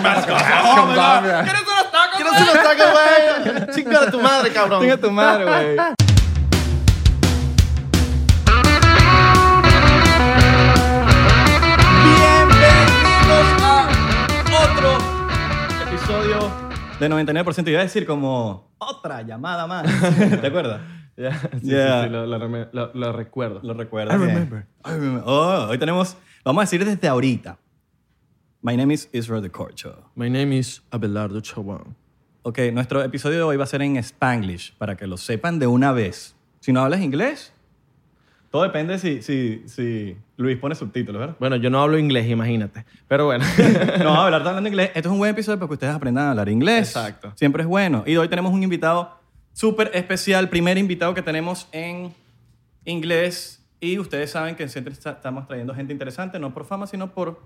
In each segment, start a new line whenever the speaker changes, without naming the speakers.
Vasco.
Vasco,
Oh, my
va,
God.
mira.
¿Quieres unos tacos?
¿Quién se lo saca, güey? Chinga a tu madre, cabrón.
Tenga tu madre, güey.
Bienvenidos a otro episodio.
De 99% iba a decir como otra llamada más. ¿Te acuerdas?
Ya, sí, sí,
Yeah.
sí, lo, lo reme- lo- lo recuerdo.
Lo recuerdas. bien. I remember. Oh, hoy tenemos, vamos a decir desde ahorita. My name is Israel de Corcho.
My name is Abelardo Chauán.
Ok, nuestro episodio de hoy va a ser en Spanglish, para que lo sepan de una vez. Si no hablas inglés, todo depende si, si, si Luis pone subtítulos, ¿verdad?
Bueno, yo no hablo inglés, imagínate. Pero bueno.
No, vamos a hablar hablando inglés. Esto es un buen episodio para que ustedes aprendan a hablar inglés.
Exacto.
Siempre es bueno. Y hoy tenemos un invitado súper especial, primer invitado que tenemos en inglés. Y ustedes saben que siempre está- estamos trayendo gente interesante, no por fama, sino por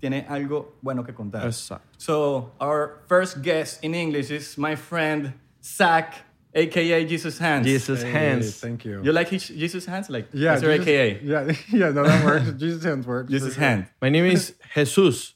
tiene algo bueno que contar.
Exacto.
So, our first guest in English is my friend Zach, aka Jesus Hands.
Jesus
Hey,
hands.
thank you.
You like his- Jesus Hands? Like,
yeah,
that's your
Jesus-
aka.
Yeah, yeah, no, that works. Jesus hands works. for
Jesus
sure.
Hand.
My name is Jesus.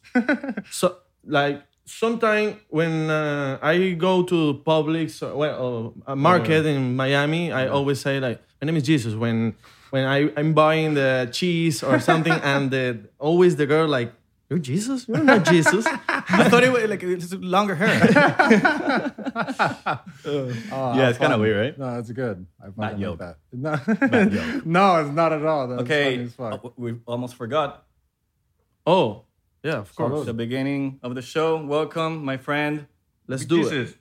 So, like, sometimes when uh, I go to public, so, well, uh, a market in Miami, I always say, like, my name is Jesus. When when I, I'm buying the cheese or something, and the, always the girl, like, you're Jesus? You're not Jesus.
I thought it was like it's longer hair.
Oh,
Yeah, it's
fun.
kinda weird, right?
No, that's good. I
Not
fucking
yoke.
like that. No, no, it's not at all. That's funny
Okay,
as fuck.
uh, we almost forgot
Oh, yeah, of course.
the beginning of the show. Welcome, my friend.
Let's do it.
Jesus.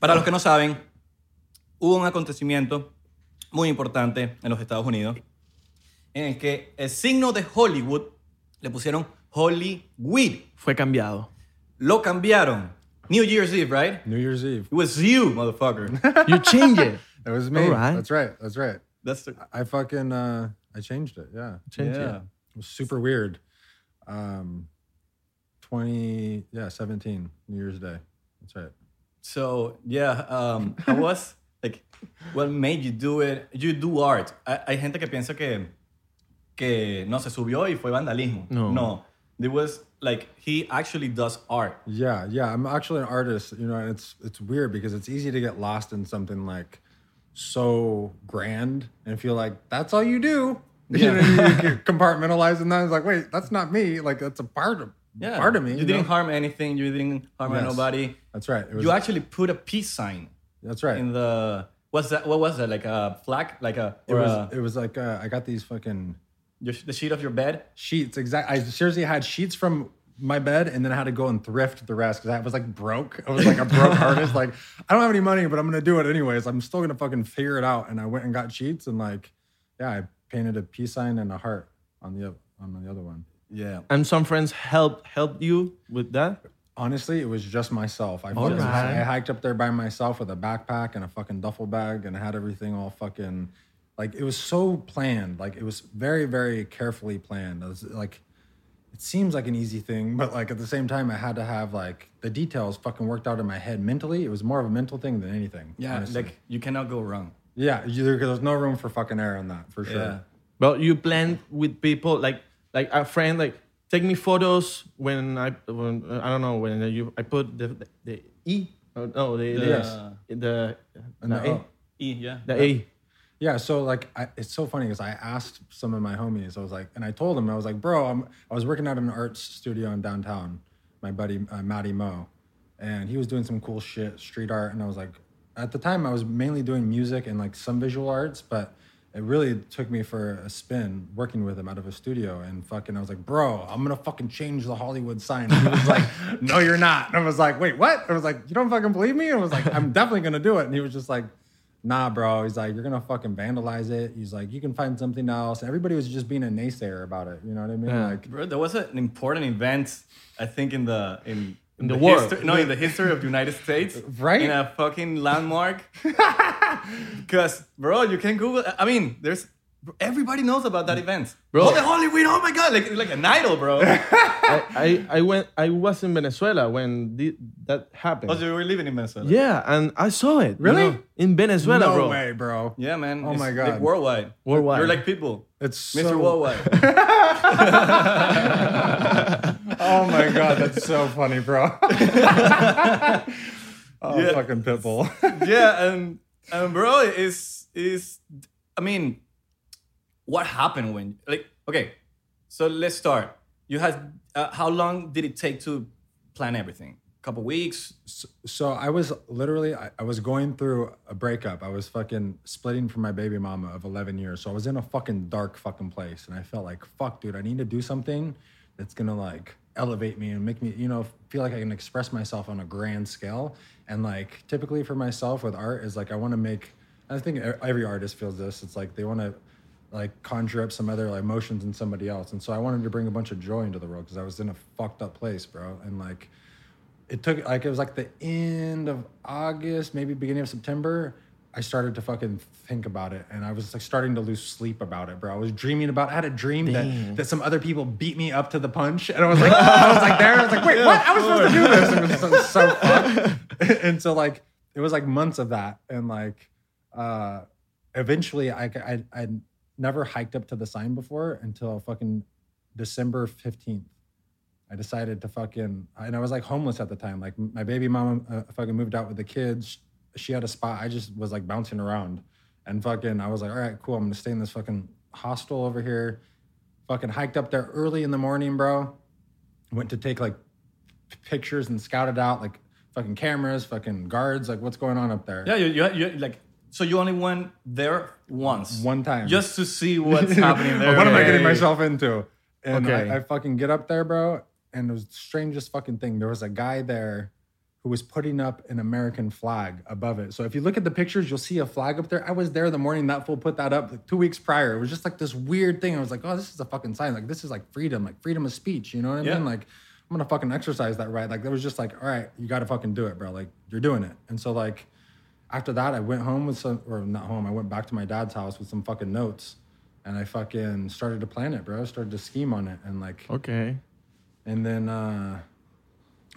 Para los que no saben, hubo un acontecimiento muy importante en los Estados Unidos en el que el signo de Hollywood le pusieron Hollywood.
Fue cambiado.
Lo cambiaron. New Year's Eve, right?
New Year's Eve.
It was you, motherfucker.
You change it.
That was me.
All right.
That's right. That's right.
That's the,
I fucking uh I changed it. Yeah. It
Change
yeah.
it.
was super weird. Um 20 yeah, 17 New Year's Day. That's right.
So yeah, um, I was like, what made you do it? You do art. Hay, hay gente que piensa que que no se subió y fue vandalismo.
No.
no, there was like he actually does art.
Yeah, yeah. I'm actually an artist, you know, and it's it's weird because it's easy to get lost in something like so grand and feel like that's all you do. You know, you, you compartmentalize and then it's like, wait, that's not me. Like that's a part of
Yeah,
part of me.
You,
you know?
didn't harm anything. You didn't harm
Yes.
nobody.
That's right. It was,
You actually put a peace sign
that's right.
in the. What's that? What was that? Like a flag? Like a
it
or
was
a,
it was like uh, I got these fucking
your, the sheet of your bed?
sheets. Exact. I seriously had sheets from my bed, and then I had to go and thrift the rest because I was like broke. I was like a broke artist. Like I don't have any money, but I'm gonna do it anyways. I'm still gonna fucking figure it out. And I went and got sheets, and like, yeah, I painted a peace sign and a heart on the oth- on the other one.
Yeah.
And some friends help help you with that.
Honestly, it was just myself. I, fucking,
right.
I hiked up there by myself with a backpack and a fucking duffel bag and I had everything all fucking like it was so planned. Like it was very, very carefully planned. It was, like it seems like an easy thing, but like at the same time, I had to have like the details fucking worked out in my head mentally. It was more of a mental thing than anything.
Yeah.
honestly.
Like you cannot go wrong.
yeah, you, there, there's no room for fucking error on that for sure.
Yeah.
Well, you plan with people like like a friend like take me photos when I when I don't know when you I put the the, the E or no the the,
Yes.
the, the,
And the
A
O.
E, yeah.
the A
Yeah, so like I, it's so funny because I asked some of my homies. I was like, and I told them I was like, bro, I'm, I was working at an arts studio in downtown. My buddy uh, Matty Mo, and he was doing some cool shit, street art, and I was like, at the time I was mainly doing music and like some visual arts, but it really took me for a spin working with him out of a studio and fucking I was like, bro, I'm gonna fucking change the Hollywood sign. And he was like, no, you're not. And I was like, wait, what? I was like, you don't fucking believe me? And I was like, I'm definitely gonna do it. And he was just like, nah, bro. He's like, you're gonna fucking vandalize it. He's like, you can find something else. Everybody was just being a naysayer about it. You know what I mean? Like,
Bro, there was an important event, I think, in the in, in
the world.
histo- no, in the history of the United States,
Right?
In a fucking landmark. Because, bro, you can Google. I mean, there's everybody knows about that event,
Bro.
Oh, the Hollywood! Oh my God, like like an idol, bro.
I, I I went I was in Venezuela when the, that happened.
Because you were living in Venezuela.
yeah, and I saw it. you
Oh, Really?
know, in Venezuela,
no
bro.
way, bro.
Yeah, man.
Oh
It's
my
Like
God.
worldwide.
Worldwide.
You're like people.
It's
Mr.
so-
Worldwide.
Oh my god, that's so funny, bro. oh,
Yeah.
fucking pitbull.
yeah, and and bro, is is I mean, what happened when like okay, so let's start. You had uh, how long did it take to plan everything? couple weeks.
so I was literally I, I was going through a breakup. I was fucking splitting from my baby mama of 11 years. So I was in a fucking dark fucking place and I felt like fuck dude, I need to do something that's going to like elevate me and make me, you know, feel like I can express myself on a grand scale. And like typically for myself with art is like I want to make I think e- every artist feels this. It's like they want to like conjure up some other like, emotions in somebody else. And so I wanted to bring a bunch of joy into the world cuz I was in a fucked up place, bro. And like it took like it was like the end of August, maybe beginning of September. I started to fucking think about it, and I was like starting to lose sleep about it, bro. I was dreaming about. I had a dream that, that some other people beat me up to the punch, and I was like, I was like there. I was like, wait, what? I was supposed to do this. It was so, so fucked. and so like it was like months of that, and like uh eventually I I I never hiked up to the sign before until fucking December fifteenth. I decided to fucking, and I was like homeless at the time. Like m- my baby mama uh, fucking moved out with the kids. She had a spot. I just was like bouncing around, and fucking, I was like, all right, cool. I'm gonna stay in this fucking hostel over here. Fucking hiked up there early in the morning, bro. Went to take like p- pictures and scouted out like fucking cameras, fucking guards, like what's going on up there.
Yeah, you, you, you like so you only went there once.
One time.
Just to see what's happening there.
What am I
Yeah.
getting myself into? And
Okay.
I, I fucking get up there, bro, and it was the strangest fucking thing. There was a guy there who was putting up an American flag above it. So if you look at the pictures, you'll see a flag up there. I was there the morning that fool put that up like two weeks prior. It was just like this weird thing. I was like, oh, this is a fucking sign. Like this is like freedom, like freedom of speech. You know what I
Yeah.
mean? Like I'm gonna fucking exercise that right. Like that was just like, all right, you gotta fucking do it, bro. Like you're doing it. And so like after that, I went home with some, or not home, I went back to my dad's house with some fucking notes and I fucking started to plan it, bro. I started to scheme on it. And like,
Okay.
and then uh,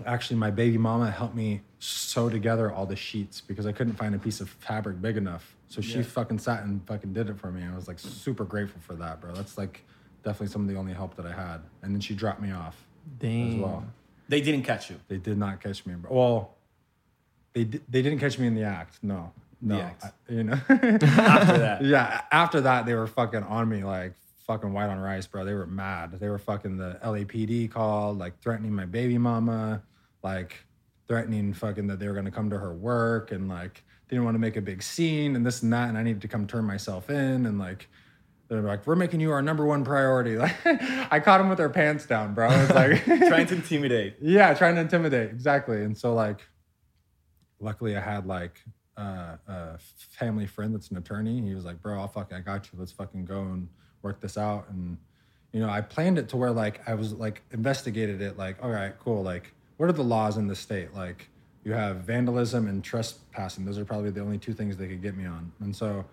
actually, my baby mama helped me sew together all the sheets because I couldn't find a piece of fabric big enough. So she fucking sat and fucking did it for me. And I was like super grateful for that, bro. That's like definitely some of the only help that I had. And then she dropped me off as
Damn.
well.
They didn't catch you.
They did not catch me. bro. Well, they di- they didn't catch me in the act. No, no,
act.
I- you know.
After that.
yeah. After that, they were fucking on me like fucking white on rice, bro. They were mad. They were fucking the LAPD called, like threatening my baby mama, like threatening fucking that they were gonna come to her work and like they didn't want to make a big scene and this and that, and I needed to come turn myself in and like. They're like, we're making you our number one priority. Like, I caught them with their pants down, bro. It's like
Trying to intimidate.
yeah, trying to intimidate exactly. And so like, luckily I had like uh, a family friend that's an attorney. He was like, "Bro, I'll fuck, I got you. Let's fucking go and work this out." And you know, I planned it to where like I was like investigated it. Like, all right, cool. Like, what are the laws in the state? Like, you have vandalism and trespassing. Those are probably the only two things they could get me on. And so.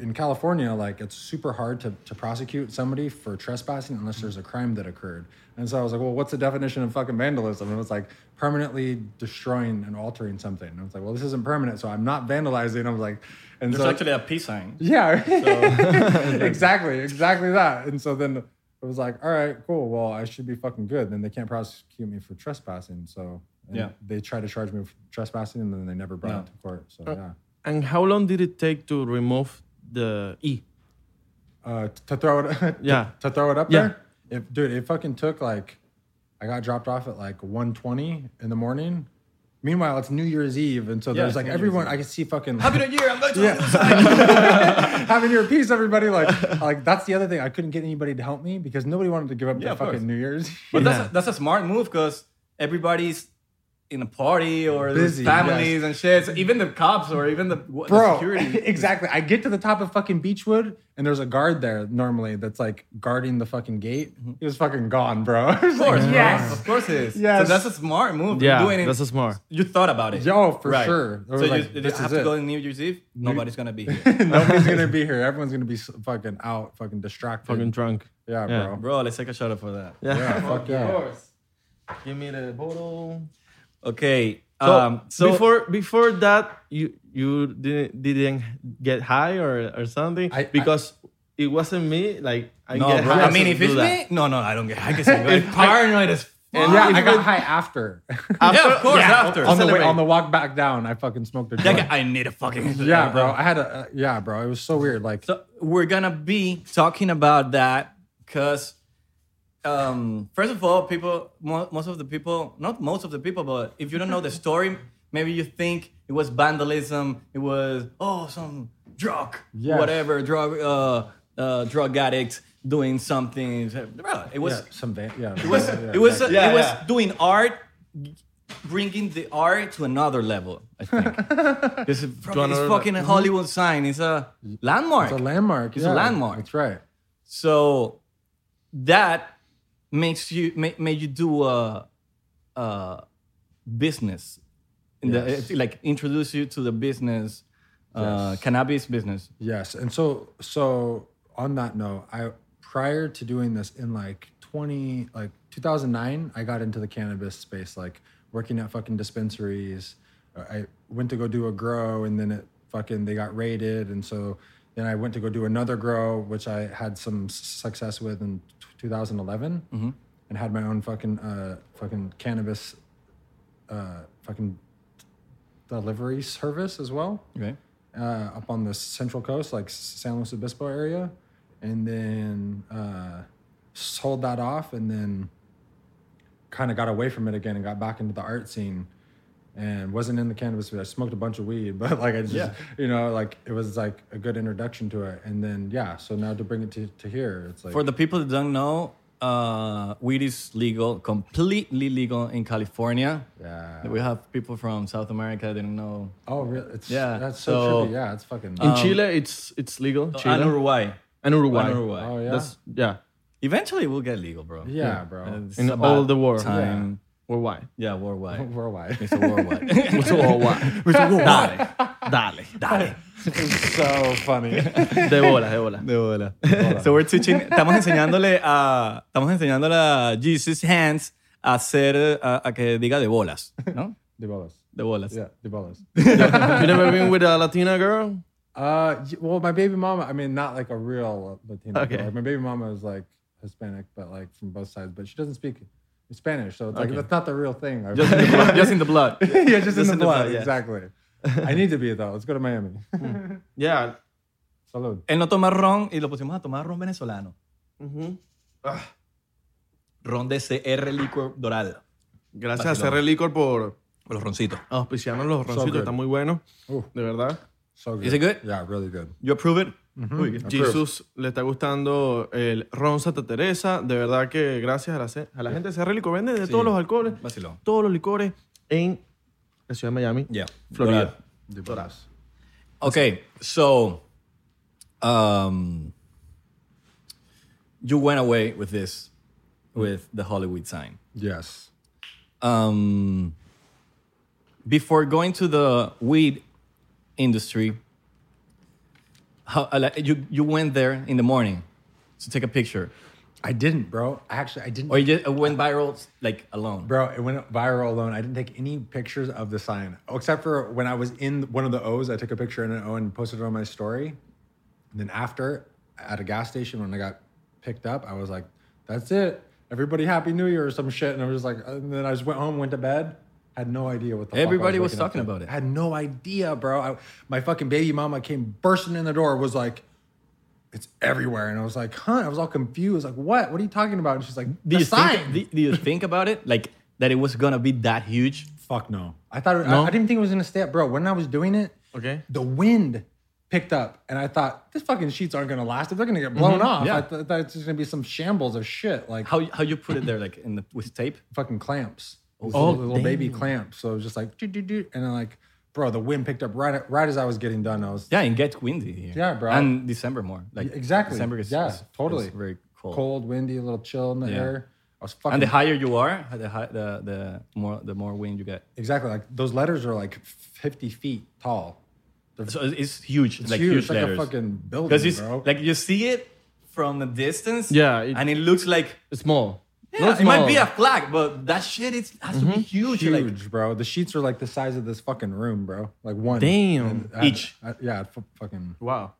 In California, like it's super hard to, to prosecute somebody for trespassing unless there's a crime that occurred. And so I was like, well, what's the definition of fucking vandalism? And it was like permanently destroying and altering something. And I was like, well, this isn't permanent, so I'm not vandalizing. I was like, and
There's
so
actually a peace sign.
yeah, exactly, exactly that. And so then it was like, all right, cool. Well, I should be fucking good. Then they can't prosecute me for trespassing. So and
Yeah.
they try to charge me for trespassing, and then they never brought
No. Uh,
it to court. So yeah,
And how long did it take to remove the E?
uh, t- to throw it, to-
Yeah.
to, throw it up
Yeah.
there. It, dude, it fucking took like, I got dropped off at like 1.20 in the morning. Meanwhile, it's New Year's Eve, and so
Yeah,
there's
it's
like
New Year's
everyone. I could see fucking
Happy New Year! I'm going to
Yeah. having your piece, everybody. Like, like that's the other thing. I couldn't get anybody to help me because nobody wanted to give up
Yeah,
their
of course.
fucking New Year's.
But
Yeah.
that's, a, that's a smart move because everybody's in a party or
Busy,
families and shit. So even the cops or even the, the
Bro,
security.
exactly. I get to the top of fucking Beechwood and there's a guard there normally that's like guarding the fucking gate.
Mm-hmm.
He was fucking gone, bro. I was
Of course,
like,
yes. of course it is.
Yes.
So that's a smart move.
Yeah,
You're doing it.
that's a smart.
You thought about it.
Yo, for sure. I
So
was
you,
like,
you
this
have
is
to
it.
go on New Year's Eve. Nobody's gonna be here,
Nobody's gonna be here. Everyone's gonna be s- fucking out, fucking distracted.
Fucking drunk.
yeah,
yeah.
bro.
bro. Let's take a shot up for that.
Yeah.
Yeah, fuck yeah.
Give me the bottle.
Okay.
So,
um, so
before before that, you you didn't didn't get high or or something
I- I-
because it wasn't me. Like I
no,
get
bro,
high.
I mean,
to
if
do
it's
that.
me, no, no, I don't get. I guess I'm paranoid as
And
yeah,
if
I got
it-
high after.
yeah, of course, after.
on the way,
Celebrate.
on the walk back down, I fucking smoked a joint.
Like, I need a fucking.
Yeah, bro. I had a uh, yeah, bro. It was so weird. Like,
So we're gonna be talking about that because, um, first of all, people, mo- most of the people, not most of the people, but if you don't know the story, maybe you think it was vandalism, it was oh some drug,
Yes.
whatever drug, uh, uh, drug addict doing something. Bro, It was
yeah, some van. Yeah,
it was
yeah,
it was
yeah.
it
Yeah,
was
yeah.
doing art bringing the art to another level i think it's, a, it's
another-
fucking a hollywood sign it's a landmark
It's a landmark.
It's a
yeah.
landmark.
That's right.
so that makes you ma- made you do a, a business in
Yes.
the, eh, like introduce you to the business uh,
Yes.
cannabis business
Yes. And so so on that note, I prior to doing this in like 20 like 2009, I got into the cannabis space like working at fucking dispensaries. Uh, I went to go do a grow and then it fucking they got raided and so then I went to go do another grow which I had some s- success with in t- 2011 and had my own fucking uh fucking cannabis uh fucking delivery service as well
okay
uh, up on the central coast, like S- San Luis Obispo area, and then uh, sold that off, and then kind of got away from it again and got back into the art scene, and wasn't in the cannabis. field. I smoked a bunch of weed, but like I just,
Yeah.
you know, like it was like a good introduction to it, and then yeah, so now to bring it to, to here, it's like
For the people that don't know, uh, weed is legal, completely legal in California.
Yeah.
We have people from South America that don't know.
oh really? It's,
Yeah,
yeah, that's so,
so-
trippy. Yeah, it's fucking.
In Chile, it's it's legal. Chile
Oh, And Uruguay.
and Uruguay.
And Uruguay.
oh yeah,
That's yeah.
Eventually, we'll get legal, bro.
yeah, bro.
It's
In
about
all the world.
Time.
Uruguay.
Yeah, worldwide.
Worldwide.
It's a worldwide.
Uruguay.
Dale. Dale. Dale.
It's so funny.
De bola, de bola.
De bola. So we're teaching, estamos enseñándole a, estamos enseñándole a Jesus Hands a hacer, a, a que diga de bolas, ¿no?
De bolas.
De bolas.
Yeah, de bolas.
you never been with a Latina girl?
Uh, y- well, my baby mama. I mean, not like a real Latina.
Okay.
girl. Like, my baby mama is like Hispanic, but like from both sides. But she doesn't speak Spanish, so it's like that's not the real thing. Like,
Just in the blood. Just in the blood.
yeah, just, in the, blood.
yeah.
Exactly. I need to be though. Let's go to Miami.
Yeah.
Salud.
Él no toma ron y lo pusimos a tomar ron venezolano. Ah. Ron de CR Liquor Dorado.
Gracias a CR Licor por
Los roncitos.
auspiciarnos los
So
roncitos.
good.
Está muy bueno.
Uh.
De verdad.
So good.
Is it good?
Yeah, really good.
You approve it?
Jesus le está gustando el ron Santa Teresa. De verdad que gracias a la, ce- a la gente de CR Licor. Vende de todos los alcoholes,
Vacilón.
todos los licores en la ciudad de Miami.
Yeah.
Florida.
De bolas.
Okay, so um, you went away with this, with the Hollywood sign.
Yes.
Um, before going to the weed industry, how, uh, like, you, you went there in the morning to take a picture.
I didn't, bro. Actually, I didn't.
Or you just it went viral like alone.
Bro, it went viral alone. I didn't take any pictures of the sign, oh, except for when I was in one of the O's. I took a picture in an O and posted it on my story. And then after, at a gas station, when I got picked up, I was like, "That's it. Everybody, Happy New Year" or some shit. And I was like, and then I just went home, went to bed. Had no idea what the fuck I
Everybody was
waking up
talking
to.
about it.
I had no idea, bro. I, my fucking baby mama came bursting in the door, was like, "It's everywhere," and I was like, "Huh?" I was all confused, like, "What? What are you talking about?" And she's like,
Do
"The
you
sign."
think? Do, do you think about it? Like that it was gonna be that huge?
Fuck no. I thought I, I didn't think it was gonna stay up, bro. When I was doing it,
Okay.
the wind picked up, and I thought this fucking sheets aren't gonna last. If they're gonna get blown off,
Mm-hmm. yeah.
I, th- I thought it's just gonna be some shambles of shit, like
How how you put it there? Like in the with tape?
fucking clamps, oh, little, little baby clamps. So it was just like do do do, and then like, bro, the wind picked up right right as I was getting done. I was
Yeah, and get windy here.
Yeah, bro.
And December more. Like
exactly
December is
yeah
is-
totally
is very cold.
cold, windy, a little chill in the
Yeah.
air. I was fucking
And the higher you are, the high, the the more the more wind you get.
exactly like those letters are like fifty feet tall. They're
So it's- it's huge, like
huge,
huge,
like
letters.
a fucking building,
because you s-
bro.
like you see it from a distance.
Yeah, it-
and it looks like
Small.
yeah,
Not
it might
small. Mm-hmm.
be a flag, but that shit it has to be huge.
huge,
Like
bro. The sheets are like the size of this fucking room, bro. Like one.
Damn.
And I-
Each.
I- yeah, I fu- fucking
Wow.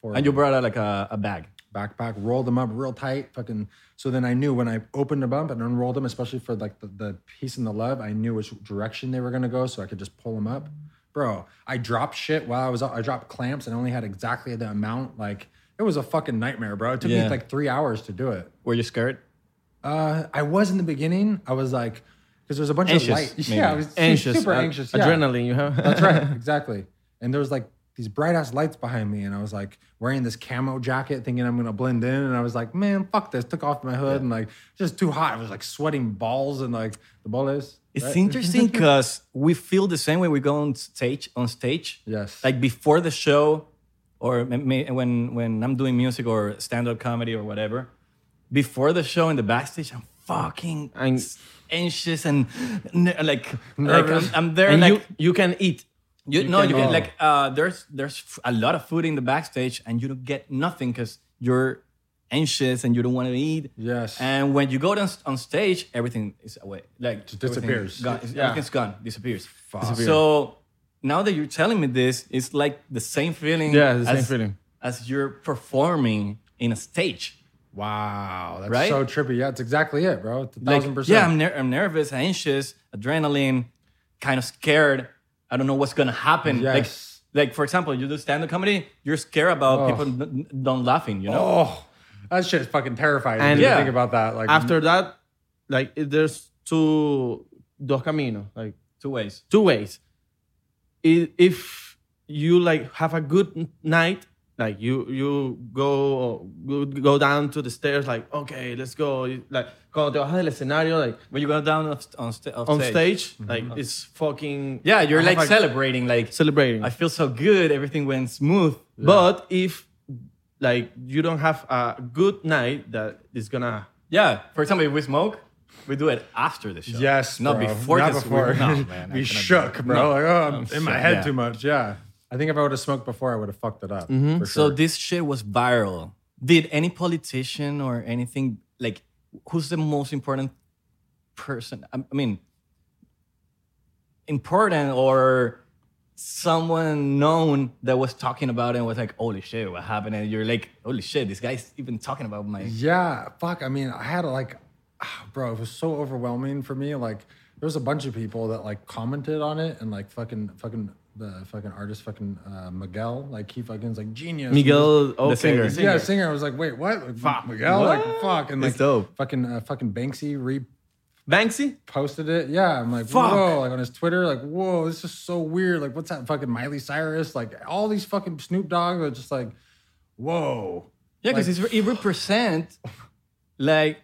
four.
and you brought out like a, a bag.
backpack, rolled them up real tight, fucking. So then I knew when I opened them up and unrolled them, especially for like the, the piece in the love, I knew which direction they were gonna go, so I could just pull them up. Bro, I dropped shit while I was. I dropped clamps and only had exactly the amount. Like it was a fucking nightmare, bro. It took
Yeah.
me like three hours to do it.
Were you scared?
Uh, I was in the beginning. I was like, because there's a bunch
Anxious,
of light.
maybe.
Yeah, I was
Anxious,
super
uh,
anxious. yeah.
adrenaline. You have
That's right, exactly. And there was like these bright ass lights behind me, and I was like wearing this camo jacket, thinking I'm gonna blend in. And I was like, man, fuck this. Took off my hood and like just too hot. I was like sweating balls and like the bolas.
It's
right?
interesting because we feel the same when we go on stage. On stage,
Yes.
Like before the show, or ma- ma- when when I'm doing music or stand up comedy or whatever, before the show in the backstage, I'm fucking
And-
s- anxious and ner- like like I'm,
Nervous.
I'm there
and
like.
you, you can eat.
You, no,
can-
you can
oh.
like uh, there's there's f- a lot of food in the backstage, and you don't get nothing because you're anxious and you don't want to eat.
Yes.
And when you go down s- on stage, everything is away. Like
Just
everything
disappears.
Gone, It's-
Yeah.
Everything's gone. Disappears. So now that you're telling me this, it's like the same feeling.
Yeah, the
as,
same feeling.
as you're performing in a stage.
wow, that's
Right?
so trippy. Yeah, that's exactly it, bro. It's a
Like,
thousand percent.
yeah, I'm, ner- I'm nervous, anxious, adrenaline, kind of scared. I don't know what's gonna happen. Like-
Yes.
Like, for example, you do stand-up comedy, you're scared about
Oh.
people n- n- don't laughing. You know,
oh, that shit is fucking terrifying.
And-
yeah.
Yeah.
think about that. Like
After that, like it- there's two dos caminos, like
two ways.
two ways. I- If you like have a good n- night, like you you go go- go down to the stairs, like okay, let's go. You- Like cuando te bajas del escenario, like
When you go down on, st- on, sta-
on stage, like it's fucking
Mm-hmm. yeah, you're
I have
like
a-
celebrating. Like,
celebrating.
I feel so good. Everything went smooth.
But if like you don't have a good night, that is gonna
Yeah. For example, if we smoke, we do it after the show.
Yes,
not
bro.
before.
Not
'cause we-
before.
no, man. I
we
cannot do
shook,
that.
bro.
No.
Like, oh, I'm in my head
yeah.
too much. Yeah. I think if I would have smoked before, I would have fucked it up. For
So
sure.
this shit was viral. Did any politician or anything like who's the most important person? I I mean, important or someone known that was talking about it and was like, "Holy shit, what happened?" And you're like, "Holy shit, this guy's even talking about my."
Yeah, fuck. I mean, I had like, ah, bro, it was so overwhelming for me. Like, there was a bunch of people that like commented on it and like fucking, fucking, the fucking artist, fucking uh, Miguel, like he fucking is like genius.
Miguel okay,
singer.
the
Yeah, singer. I was like, wait, what? Like, fuck, Miguel. Like, fuck, and like,
It's dope.
fucking, uh, fucking Banksy re
Banksy.
posted it. Yeah, I'm like, whoa, like on his Twitter, like, whoa, this is so weird. Like, what's that fucking Miley Cyrus? Like, all these fucking Snoop Dogg are just like, whoa.
Yeah, because it represent like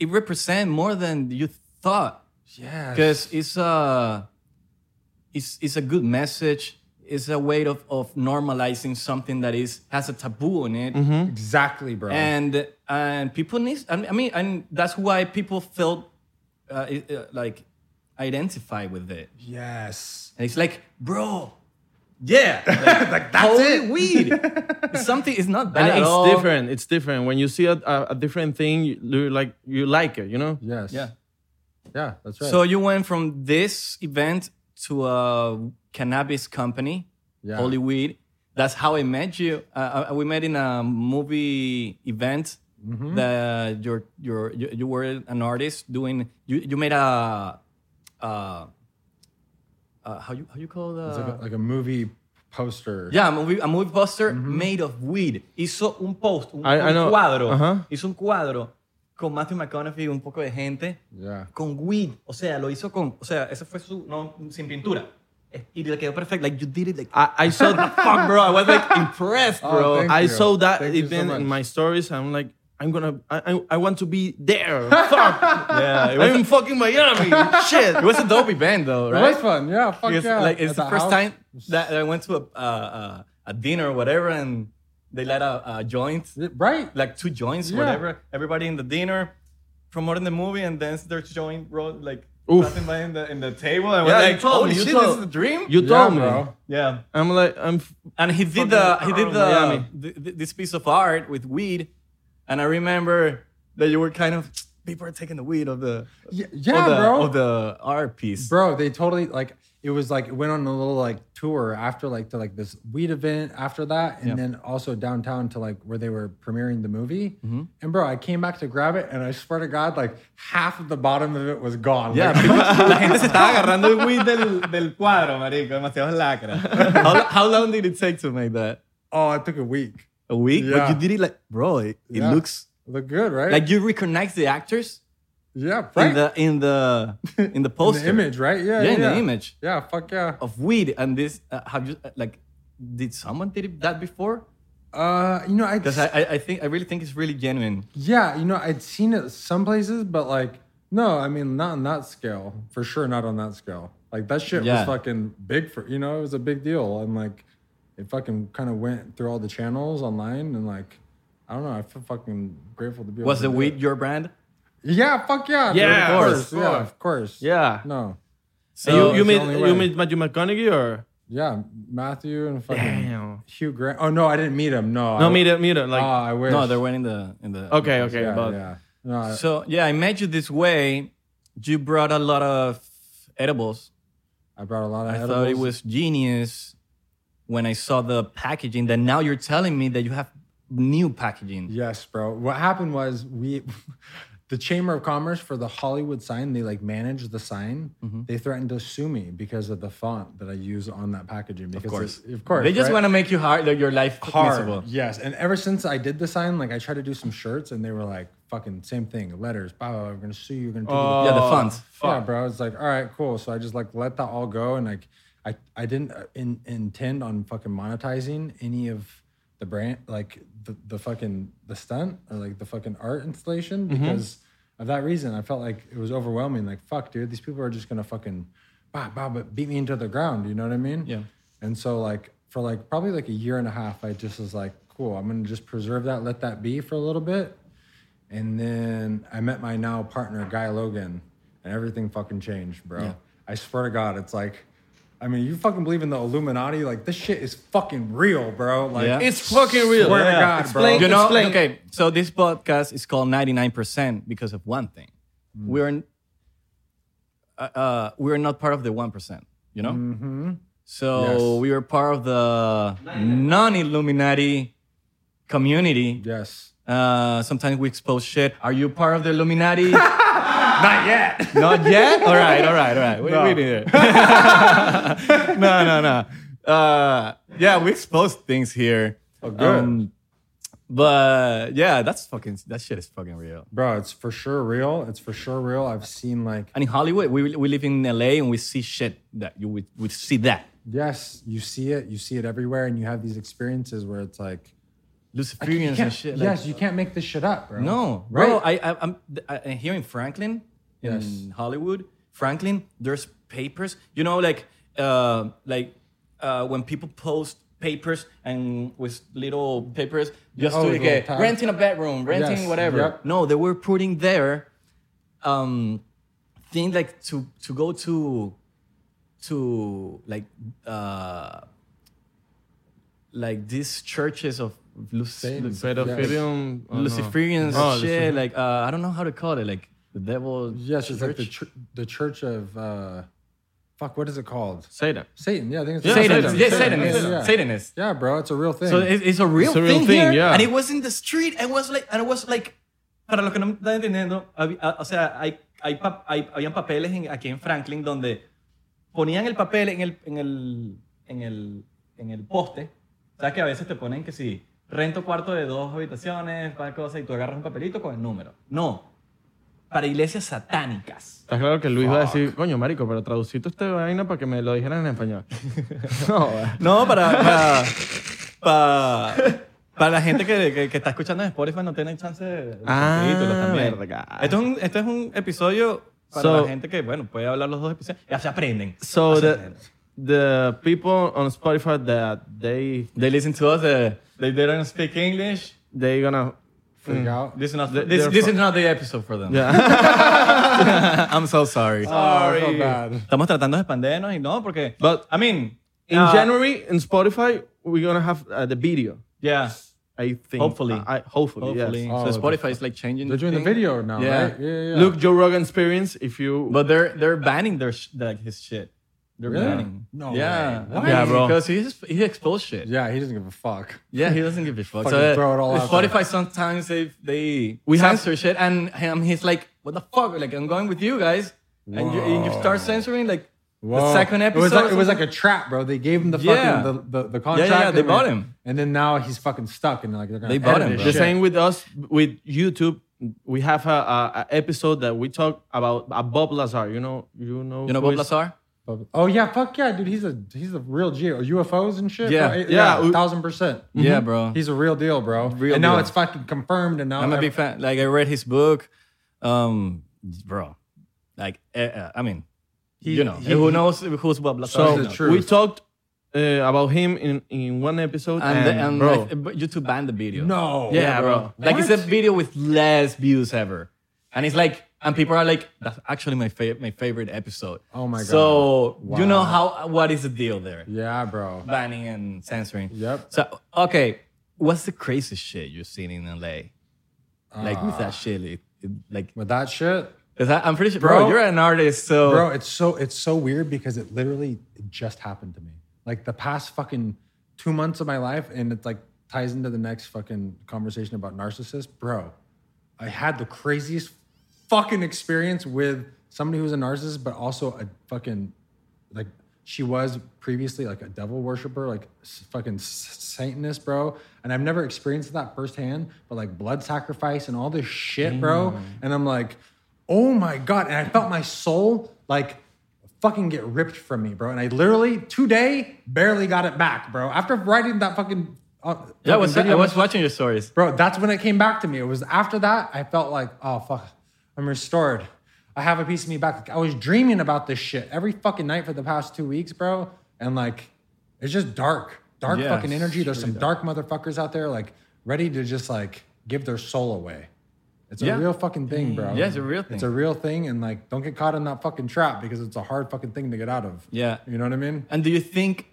it represent more than you thought.
Yeah.
because it's a it's it's a good message. It's a way of of normalizing something that is has a taboo in it,
Mm-hmm.
Exactly, bro.
and and people need. I mean- I mean, and that's why people felt uh, it- uh, like identify with it.
yes.
And it's like, bro, yeah, like, that's holy weed. It's something. It's not bad
And
at
it's
all.
different. It's different when you see a, a, a different thing. You, you like you like it, you know.
Yes.
Yeah.
Yeah, that's right.
So you went from this event to a cannabis company,
Yeah.
Holy Weed. That's how I met you. Uh, uh, we met in a movie event.
Mm-hmm.
That your your you, you were an artist doing. You you made a. Uh, uh, how you how you call it? uh,
it's like a, like a movie poster.
Yeah, a movie, a movie poster made of weed. Hizo un post, un,
I-
un
I know.
cuadro.
Ajá.
Hizo un cuadro con Matthew McConaughey, un poco de gente.
Yeah.
Con weed. O sea, lo hizo con. O sea, ese fue su. No, sin pintura. Eh, Y le quedó perfecto. Like, you did it. Like,
I, I saw
fuck, bro. I was like impressed,
Oh,
bro.
thank
I
you.
saw that
Thank you so
event in
much.
my stories. I'm like, I'm gonna, I, I, I want to be there. Fuck,
yeah, it
I'm in fucking Miami. Shit.
it was a dope event, though,
That
right?
was fun. Yeah, fuck
Because,
yeah.
Like,
At
it's the,
the
first
house.
time that I went to a, uh, uh, a dinner or whatever, and they let out uh, a joint.
Right?
like two joints,
Yeah.
whatever. Everybody in the dinner promoting the movie, and then there's joint road like
Oof.
passing by in the in the table. And
Yeah,
we're
you
like,
told
holy
me, you
shit, this
told-
is a dream.
You
Yeah,
told me.
bro.
yeah,
I'm like, I'm. f-
and he did the he
Fucking
did
Miami.
the, th- th- this piece of art with weed, and I remember that you were kind of
people are taking the weed of the
Yeah,
of
Oh,
the,
bro.
of the art piece.
Bro, they totally like it was like it went on a little like tour after like to like this weed event after that, and then also downtown to like where they were premiering the movie. And bro, I came back to grab it, and I swear to God, like half of the bottom of it was gone.
Yeah,
Like,
people- la gente se estaba agarrando el weed del, del cuadro, marico, demasiados lacras. How, how long did it take to make that?
oh, it took a week.
A week?
Yeah.
But you did it like, bro, it,
Yeah.
it looks
Look good, right?
Like you recognize the actors
yeah, right.
in the in the in the
In
poster,
the image, right? Yeah,
yeah,
yeah,
in
yeah.
the image
Yeah, fuck yeah.
of weed. And this, uh, have you uh, like, did someone did it- that before?
Uh, you know, I
Because Oh. I, I I think I really think it's really genuine.
Yeah, you know, I'd seen it some places, but like, no, I mean, not on that scale. For sure, not on that scale. Like that shit
Yeah.
was fucking big for you know, it was a big deal, and like, it fucking kind of went through all the channels online, and like, I don't know, I feel fucking grateful to be. able
Was
to
the
do
weed
it.
your brand?
Yeah, fuck yeah, dude,
Yeah,
of
of
course,
course.
yeah, of course,
Yeah.
No,
And
So-
you you
That's the
meet
only
you
way.
meet Matthew McConaughey or
yeah, Matthew and fucking
Damn.
Hugh Grant. Oh no, I didn't meet him. No,
no
I,
meet him meet him
Oh,
like
I wish.
No, they were in the in the.
okay okay
Yeah,
but
yeah. No, I-
So yeah, I met you this way. You brought a lot of edibles.
I brought a lot of.
I
edibles.
thought it was genius when I saw the packaging. That now you're telling me that you have new packaging.
Yes, bro. What happened was we, the Chamber of Commerce for the Hollywood sign, they like manage the sign.
Mm-hmm.
They threatened to sue me because of the font that I use on that packaging. Because of
course.
of course.
They just
right?
want to make you hard, like your life miserable.
hard. Yes, and ever since I did the sign, like I tried to do some shirts, and they were like, "Fucking same thing, letters, blah blah. blah. We're gonna sue you. We're gonna take you to
Oh. Yeah, the font.
yeah, bro. It's like, all right, cool. So I just like let that all go, and like, I I didn't uh, in, intend on fucking monetizing any of the brand, like the the fucking the stunt or like the fucking art installation because of that reason. I felt like it was overwhelming. Like, fuck, dude, these people are just gonna fucking bah, bah, but beat me into the ground. You know what I mean?
Yeah.
And so like for like probably like a year and a half, I just was like, cool, I'm gonna just preserve that, let that be for a little bit. And then I met my now partner, Guy Logan, and everything fucking changed, bro. I swear to God, it's like, I mean, you fucking believe in the Illuminati? Like, this shit is fucking real, bro. Like,
Yeah.
it's fucking real
swear to
Yeah.
God,
Explain-
bro.
You know,
Explain.
okay. So this podcast is called 99% because of one thing.
Mm.
We're n- uh, uh, we're not part of the 1%, you know? So
Mm-hmm. Yes.
we are part of the non Illuminati community.
Yes.
Uh, sometimes we expose shit. Are you part of the Illuminati? not yet. Not yet? All right, all right, all right. We, we did it. no, no, no. Uh, yeah, we expose things here. Oh,
good.
but yeah, that's fucking, that shit is fucking real.
Bro, it's for sure real. It's for sure real. I've seen like,
And in Hollywood, we, we live in LA and we see shit that you would we see that.
yes, you see it, you see it everywhere, and you have these experiences where it's like,
Luciferians
can't-
and shit. like-
yes, you can't make this shit up, bro.
No,
right?
bro. I, I I'm I, I- here in Franklin, in
Yes.
Hollywood, Franklin. There's papers. You know, like uh, like uh, when people post papers and with little papers just
Oh,
to
little
get
tag.
renting a bedroom, renting
Yes,
whatever.
yep.
No, they were putting there, um, thing like to to go to, to like uh, like these churches of Lucille.
pedophilium oh, no.
Luciferians
Oh,
shit. Like uh, I don't know how to call it. Like the devil.
Yes, it's like the
church?
chur the church of uh, fuck. What is it called?
Satan
Satan. Yeah, I think it's
Satanist.
Satan.
Yeah,
Satan.
Satanist.
Yeah, yeah.
Satanist.
Yeah, bro, it's a real thing.
So it, it's a real
It's a real
thing,
thing,
here,
yeah.
and it was in the street. and It was like, and it was like,
Para los que no me están entendiendo, hab- ah, o sea, hay, hay, pa- hay- habían papeles en- aquí en Franklin donde ponían el papel en el, en el, en el, en el poste. ¿Sabes que a veces te ponen que si rento cuarto de dos habitaciones, tal cosa, y tú agarras un papelito con el número? No. Para iglesias satánicas.
Está claro que Luis va a decir, coño, marico, pero traducito esta vaina para que me lo dijeran en español. no, eh. va.
No, para. Para, para, para la gente que, que- que está escuchando en Spotify no tiene chance de. de
Ah,
subtítulos
verga.
Esto es un, este es un episodio para
So-
la gente que, bueno, puede hablar los dos episodios. Ya se aprenden.
So
Ya se
the,
aprenden.
the people on Spotify that they
they listen to us. Uh,
They, they don't speak English.
they gonna
Mm.
freak out.
This is not.
They-
This,
they're
this
fu-
is not the episode for them.
yeah.
I'm so sorry.
Oh, I feel bad.
Estamos tratando de expandernos y no, porque.
But-
I mean,
in
uh,
January in Spotify we're gonna have uh, the video
Yeah.
I think. Uh,
Hopefully.
I, I- hopefully,
Hopefully.
yes.
Oh,
so Spotify is like changing.
They're doing the
thing.
video now,
Yeah.
right? Yeah, yeah.
Look, Joe Rogan experience. If you,
But they're they're banning their sh- like his shit. They're banning.
No
Yeah.
way. What?
Yeah,
Yeah,
bro.
bro. Because he's, he exposed shit. Yeah.
Yeah, he doesn't give a fuck.
he doesn't give a fuck.
Fucking throw it all out
Spotify
there.
sometimes they they
We have-
censor shit, and him he's like, "What the fuck? Like I'm going with you guys," and you, and you
Whoa.
start censoring like the
Whoa.
second episode.
It was,
or
like, it was
something.
like a trap, bro. They gave him the
Yeah.
fucking the, the, the
yeah,
contract.
they
and-
bought him.
And then now he's fucking stuck and like they're gonna
They bought
edit his
him, bro.
the
shit.
same with us with YouTube. We have a, a, a episode that we talk about uh, Bob Lazar. You know, you know,
you know
who
Bob
is-
Lazar?
Oh yeah, fuck yeah, dude. He's a he's a real G. Oh, UFOs and shit.
Yeah.
bro.
Yeah.
a thousand percent. Mm-hmm.
Yeah, bro.
He's a real deal, bro.
Real
and now
deal.
it's fucking confirmed. And now
I'm a big fan. Like I read his book, um, bro. Like eh, eh, I mean, you know,
he-
who knows who's Bob Lazar?
So
you
the
know.
truth.
we talked uh, about him in, in one episode,
and,
and,
the- and
bro,
like, eh, but YouTube banned the video.
No.
Yeah,
Yeah,
bro.
bro.
Like it's a
What?
video with less views ever, and it's like, and people are like, that's actually my favorite, my favorite episode.
Oh my
So
God.
you know
Wow.
how what is the deal there?
Yeah, bro.
Banning and censoring.
Yep.
So okay, what's the craziest shit you've seen in LA? Like with that
Ah.
shit, it- it- like
With that shit,
'cause I, am pretty sure, bro,
Bro.
you're an artist, so
bro. It's so it's so weird because it literally just happened to me. Like the past fucking two months of my life, and it's like ties into the next fucking conversation about narcissists, bro. I had the craziest fucking experience with somebody who's a narcissist, but also a fucking like she was previously like a devil worshiper, like s- fucking s- satanist, bro. And I've never experienced that firsthand, but like blood sacrifice and all this shit, bro.
Mm.
And I'm like, oh my god! And I felt my soul like fucking get ripped from me, bro. And I literally today barely got it back, bro. After writing that fucking uh,
yeah, I
fucking
was, I
video-
was watching your stories.
Bro, that's when it came back to me. It was after that I felt like, oh fuck, I'm restored. I have a piece of me back. Like, I was dreaming about this shit every fucking night for the past two weeks, bro. And like, it's just dark, dark
Yeah,
fucking energy. There's some dark. motherfuckers out there, like ready to just like give their soul away. It's
Yeah.
a real fucking thing, bro.
Yeah, it's a real
It's
thing.
a real thing, and like, don't get caught in that fucking trap because it's a hard fucking thing to get out of.
Yeah. Mm-hmm.
you know what I mean.
And do you think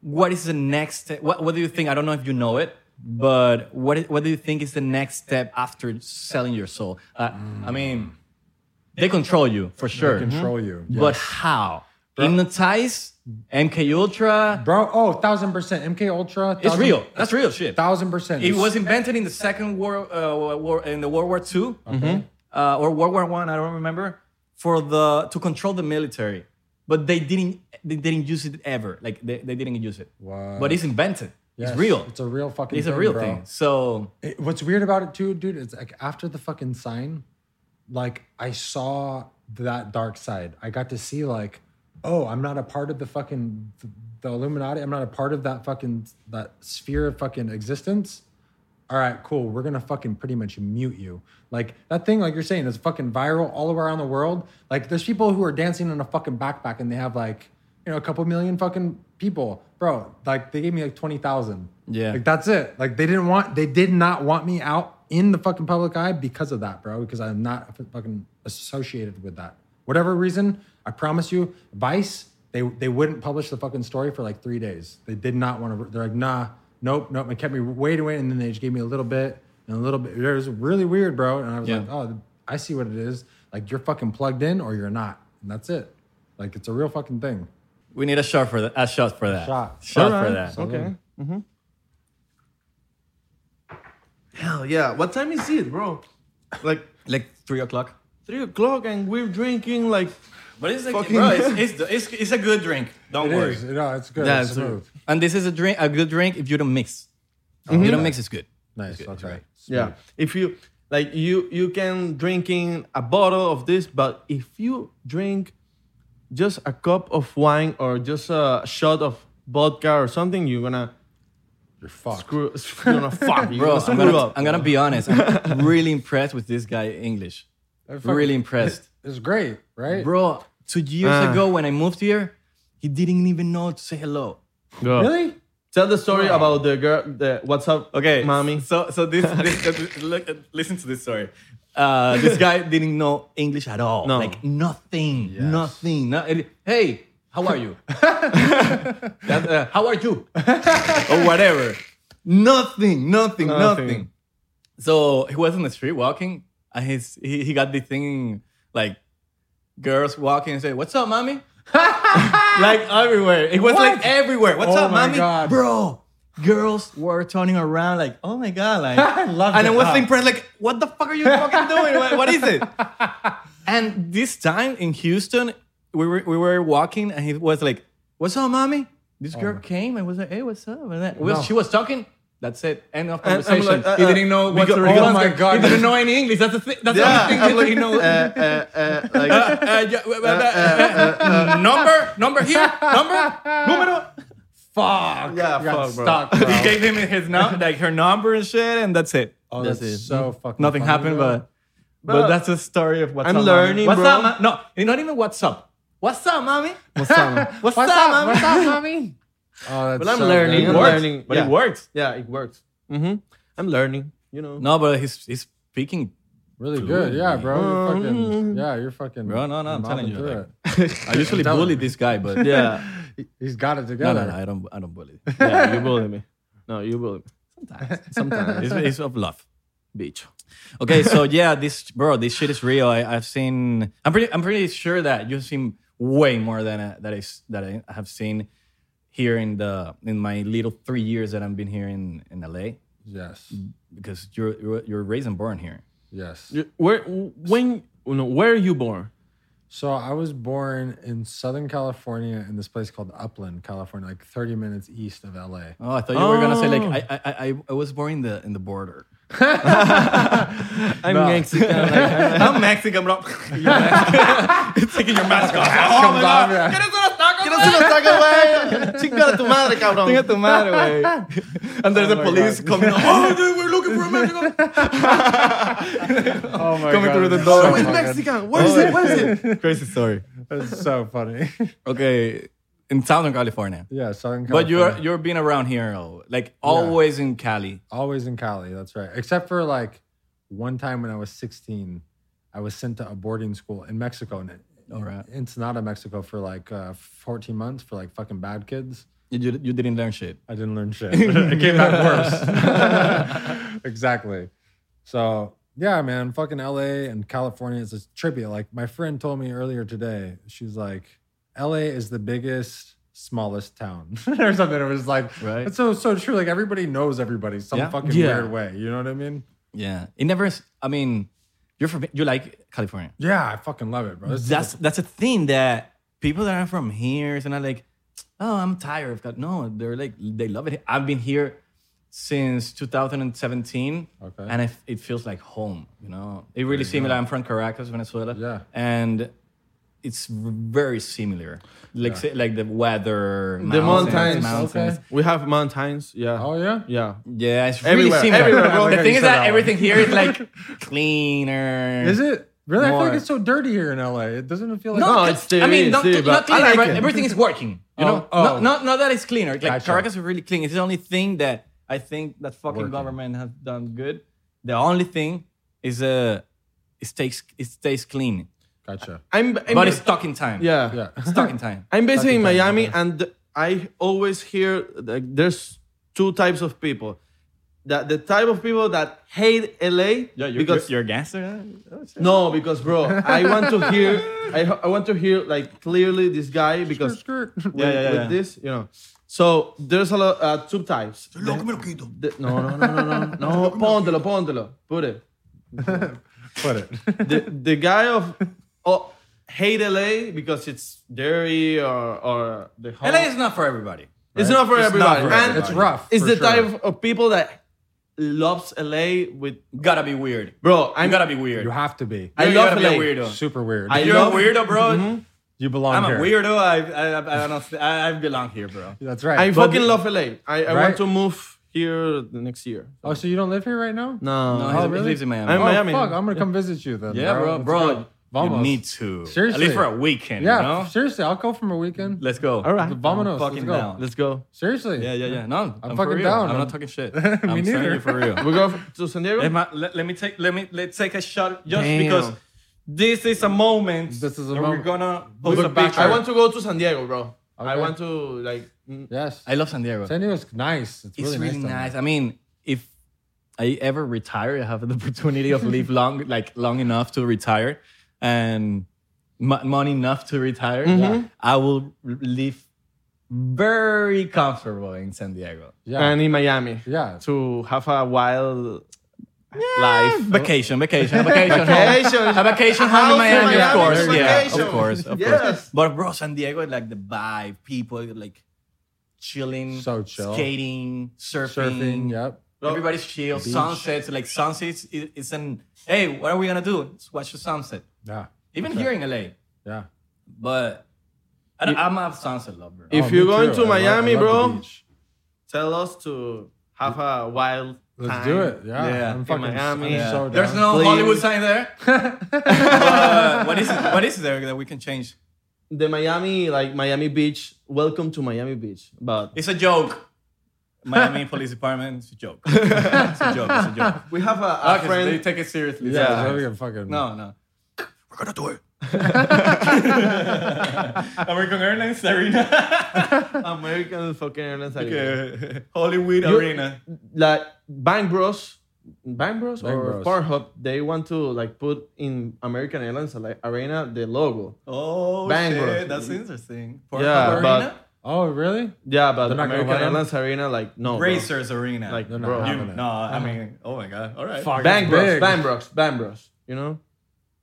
what is the next step? What, what do you think? I don't know if you know it, but what i- what do you think is the next step after selling your soul? Uh, I mean, they control you for sure,
Control you, Yeah.
but how? Hypnotize, MK Ultra.
bro. Oh, thousand percent. MK Ultra.
It's real. That's real shit.
Thousand percent.
It was invented in the second war, uh, war in the World War II
Mm-hmm.
uh, or World War One. I, don't remember for the to control the military, but they didn't they didn't use it ever. Like they, they didn't use it.
Wow.
But it's invented.
Yes,
it's real.
It's a real fucking.
It's
thing,
a real
bro.
thing. So
It- what's weird about it too, dude, is like after the fucking sign, like I saw that dark side. I got to see like, oh, I'm not a part of the fucking the Illuminati. I'm not a part of that fucking that sphere of fucking existence. All right, cool. We're gonna fucking pretty much mute you. Like that thing, like you're saying, is fucking viral all around the world. Like there's people who are dancing on a fucking backpack and they have like, you know, a couple million fucking people, bro. Like they gave me like twenty thousand.
Yeah.
Like that's it. Like they didn't want, they did not want me out in the fucking public eye because of that, bro. Because I'm not fucking associated with that. Whatever reason, I promise you, Vice, they they wouldn't publish the fucking story for like three days. They did not want to. They're like, nah, nope, nope. It kept me waiting, away, and then they just gave me a little bit and a little bit. It was really weird, bro. And I was
Yeah.
like, oh, I see what it is. Like you're fucking plugged in or you're not, and that's it. Like it's a real fucking thing.
we need a shot for that. A shot for that.
Shot.
Shot
Alright,
for that.
Okay.
Mm-hmm.
hmm Hell yeah! What time is it, bro? Like
Like three o'clock.
three o'clock, and we're drinking like
But it's like,
Fucking-
bro, it's, it's, it's, it's a good drink. Don't
It
worry.
is. No, it's good.
Yeah,
it's
it's a-
smooth.
And this is a drink, a good drink if you don't mix.
Mm-hmm.
If you don't mix, it's good.
Nice. Okay.
yeah. If you like, you you can drinking a bottle of this, but if you drink just a cup of wine or just a shot of vodka or something, you're gonna
You're fucked.
screw. You're gonna fuck. You're
Bro,
gonna
I'm
screw
gonna,
up.
I'm gonna be honest. I'm really impressed with this guy English. Really impressed.
It's great, right?
Bro, two years
Ah.
ago when I moved here, he didn't even know to say hello.
Go.
Really?
Tell the story about the girl. The what's up? mommy.
So, so this, this look, listen to this story. Uh, this guy didn't know English at all.
No.
Like nothing, nothing. no- it- hey, how are you? That, uh, how are you? or whatever. nothing, nothing,
Nothing.
nothing, So he was on the street walking, and his he, he got this thing like girls walking and say, "What's up, mommy?" like everywhere. It was like everywhere. What's
Oh
up,
my
mommy?
God.
Bro, girls were turning around like, "Oh my god!" Like,
I loved
and I
it.
was
Ah.
impressed. Like, what the fuck are you fucking doing? What- what is it? And this time in Houston, we were we were walking, and he was like, "What's up, mommy?" This girl came and was like, "Hey, what's up?" And that, well,
No.
she was talking. That's it. End of
I'm like,
conversation.
uh,
he
uh,
didn't know what
because-
to respond.
oh my God.
He didn't know any English. That's the thing. That's
Yeah,
the only
I'm like,
thing that
uh, uh,
he knows.
uh, like,
Uh, uh, yeah, uh, uh, uh, number, number here, number, numero.
Fuck.
Yeah,
You got
fuck, bro.
stuck,
He gave him his number, like her number and shit, and that's it.
Oh,
That's
that's,
it.
so fucking.
Nothing
funny,
happened,
bro.
but, but
But
that's the story of what's
I'm
up. mommy.
learning,
what's
bro.
up, ma- no, it's not even what's up. What's up, mommy?
What's up?
What's, up, mommy?
What's up, mommy? Oh, that's
But I'm
so
learning,
good.
I'm
It works,
learning,
but
yeah.
it works.
yeah, it works. hmm I'm learning, you know.
No, but he's he's speaking.
Really good, yeah, bro. You're
Mm.
fucking, yeah, you're fucking.
Bro, no, no, I'm
mopping
telling you,
through
like-
it.
I usually
telling
bully
you.
this guy, but
Yeah,
He's got it
no,
together.
no, no, I don't, I don't bully.
yeah, you bully me. No, you bully me.
Sometimes it's, it's of love, bitch. Okay, so yeah, this bro, this shit is real. I, I've seen. I'm pretty. I'm pretty sure that you've seen way more than I, that I s- that I have seen here in the in my little three years that I've been here in in LA
Yes,
Mm. because you're you're, you're raised and born here.
yes.
You- Where, when, no, where are you born?
So I was born in Southern California in this place called Upland, California, like 30 minutes east of LA.
Oh, I thought you were gonna say like I I, I I was born in the in the border.
I'm Mexican.
Oh
like,
I'm Mexican, bro. taking your mask off. Oh my
comes
God.
off, yeah.
¿Quieres unos tacos, güey?
Chica de tu madre, cabrón. Chica tu madre, güey.
And there's the police coming. Oh, dude, we're looking for a Mexican.
Oh my
Coming through the door.
Oh, it's Mexican. Where is it? Where is it?
Crazy story.
That's so funny.
Okay, in Southern California.
yeah, Southern California.
But you're you're being around here, oh, like always in Cali.
always in Cali. That's right. Except for like one time when I was 16, I was sent to a boarding school in Mexico, in,
All right.
in Ensenada, Mexico, for like uh, 14 months for like fucking bad kids.
You, you, you didn't learn shit.
I didn't learn shit. it came back worse. exactly. So yeah, man, fucking LA and California is just trippy. Like my friend told me earlier today, she's like, LA is the biggest, smallest town or something. It was like,
Right.
it's so so true. Like everybody knows everybody some
Yeah.
fucking
Yeah.
weird way. You know what I mean?
Yeah, it never. s- I mean, you're from you like California.
Yeah, I fucking love it, bro. This is
That's that's a thing that people that are from here is not like, oh, I'm tired of Cali. No, they're like they love it. I've been here since 2017,
Okay.
and it, it feels like home. You know, it really similar. I'm from Caracas, Venezuela.
Yeah.
and it's very similar. Like say, like the weather,
The mountains.
mountains.
We have mountains. Yeah.
Oh yeah.
Yeah.
Yeah, it's really
Everywhere,
similar.
everywhere, bro.
The
Yeah,
thing
you
is
said
that
that
everything here is like cleaner.
Is it really? I feel
More.
like it's so dirty here in LA. It doesn't it feel like
No,
No,
it's
it's still-
I mean,
it's
not,
still,
not
but
clean.
I like
every-
it.
everything is working. You
Oh,
know,
oh.
Not, not not that it's cleaner. Like
Gotcha.
Caracas is really clean. It's the only thing that I think that fucking
Working.
government has done good. The only thing is uh, it stays it stays clean,
gotcha.
I'm, I'm
but it's stuck in time.
yeah.
Yeah.
stuck in time.
I'm based
Fucking
in
time,
Miami,
okay.
and I always hear like there's two types of people. That the type of people that hate LA because
a gangster.
no, because bro, I want to hear, I, ho- I want to hear like clearly this guy because with,
Yeah, yeah,
with
yeah.
this, you know. So there's a lot uh, two types. The- the- no, no, no, no, no, no. Póntelo, póntelo, put it.
Put it.
the, the guy of oh, hate LA because it's dirty or or the whole,
LA is not for everybody.
It's not for
It's not
everybody.
for
and
everybody.
It's rough,
It's
for
the
sure.
type of people that loves LA with
Gotta be weird.
bro. I'm
You gotta be weird.
You have to be.
I
You
love
gotta be a
LA.
weirdo.
Super weird.
I-
You're a
love-
weirdo, bro.
you belong
I'm
here.
a weirdo. I I I, don't, I I belong here, bro.
That's right.
I
But-
fucking love LA. I, I want
Right?
to move here the next year.
Oh, so you don't live here right now?
No,
No,
Oh,
he- he
really?
lives in Miami.
I'm-
Oh,
Miami.
fuck. I'm going to come visit you then.
Yeah, bro,
Let's
bro.
go.
You
Vamos.
need to. At
Seriously.
least for a weekend,
Yeah,
you know?
seriously. I'll go for a weekend.
Let's go.
All right.
Vamonos.
fucking
Let's go.
down.
Let's go.
Seriously.
Yeah, yeah, yeah. No, I'm,
I'm
for
fucking
real.
down.
I'm not talking shit. I'm
Me
telling
neither.
you for real.
We go to San Diego.
Hey, ma- let, let me take let me let's take a shot just
Damn.
because this is a moment.
This is a
that
moment.
We're gonna
Look
post a
back.
picture.
I want to go to San Diego, bro. I
Okay.
want to like. mm,
Yes.
I love San Diego.
San Diego's nice. It's,
it's
really, nice. down there.
I mean, if I ever retire, I have the opportunity of live long, like long enough to retire, and mo- money enough to retire. I will live very comfortable in San Diego.
Yeah.
And in Miami.
Yeah.
To have a wild life.
Vacation, vacation, a vacation,
Vacation.
home. a vacation home
House
in
in
Miami, of
Miami,
course,
vacation.
yeah, of course, of course.
Yes.
But bro, San Diego, like the vibe, people like chilling,
So chill.
skating, surfing,
Surfing. Yep.
Everybody's chill. Sunsets, like sunsets, i- it's an hey, what are we gonna do? Let's watch the sunset.
Yeah.
Even here in LA,
Yeah.
but I don't, I'm a sunset lover.
If
Oh,
you're
me
going
too.
to
I love- I
Miami,
love the
bro,
beach.
tell us to have a wild.
Let's
time.
do it. Yeah.
Yeah.
I'm
In
fucking
Miami.
I'm
Yeah.
so down.
There's no
Please.
Hollywood sign there. But what is what is there that we can change?
The Miami, like Miami Beach. Welcome to Miami Beach. But
It's a joke. Miami Police Department, it's a joke. It's a joke. It's a joke.
we have a,
Ah,
a
Okay, so
friend.
they take it seriously.
Yeah.
Yeah.
there's no fucking-
No, no. We're gonna do it. American Airlines Arena.
American fucking Airlines. Arena.
Hollywood
You-
Arena.
Like Bang Bros, Bang Bros
Bang
or
Bros.
Pornhub, they want to like put in American Airlines like, Arena the logo.
Oh
Bang Bros.
shit, that's interesting.
Yeah,
Pornhub
but-
Arena?
Oh, really?
Yeah, but
They're not
American
gonna let 'em?
Airlines Arena like no. bro.
Racers Arena.
Like
They're not
bro.
you,
having it.
no, I mean, oh my god. All right.
Fuck,
Bang
it's
Bros,
big.
Bang Bros, Bang Bros. You know?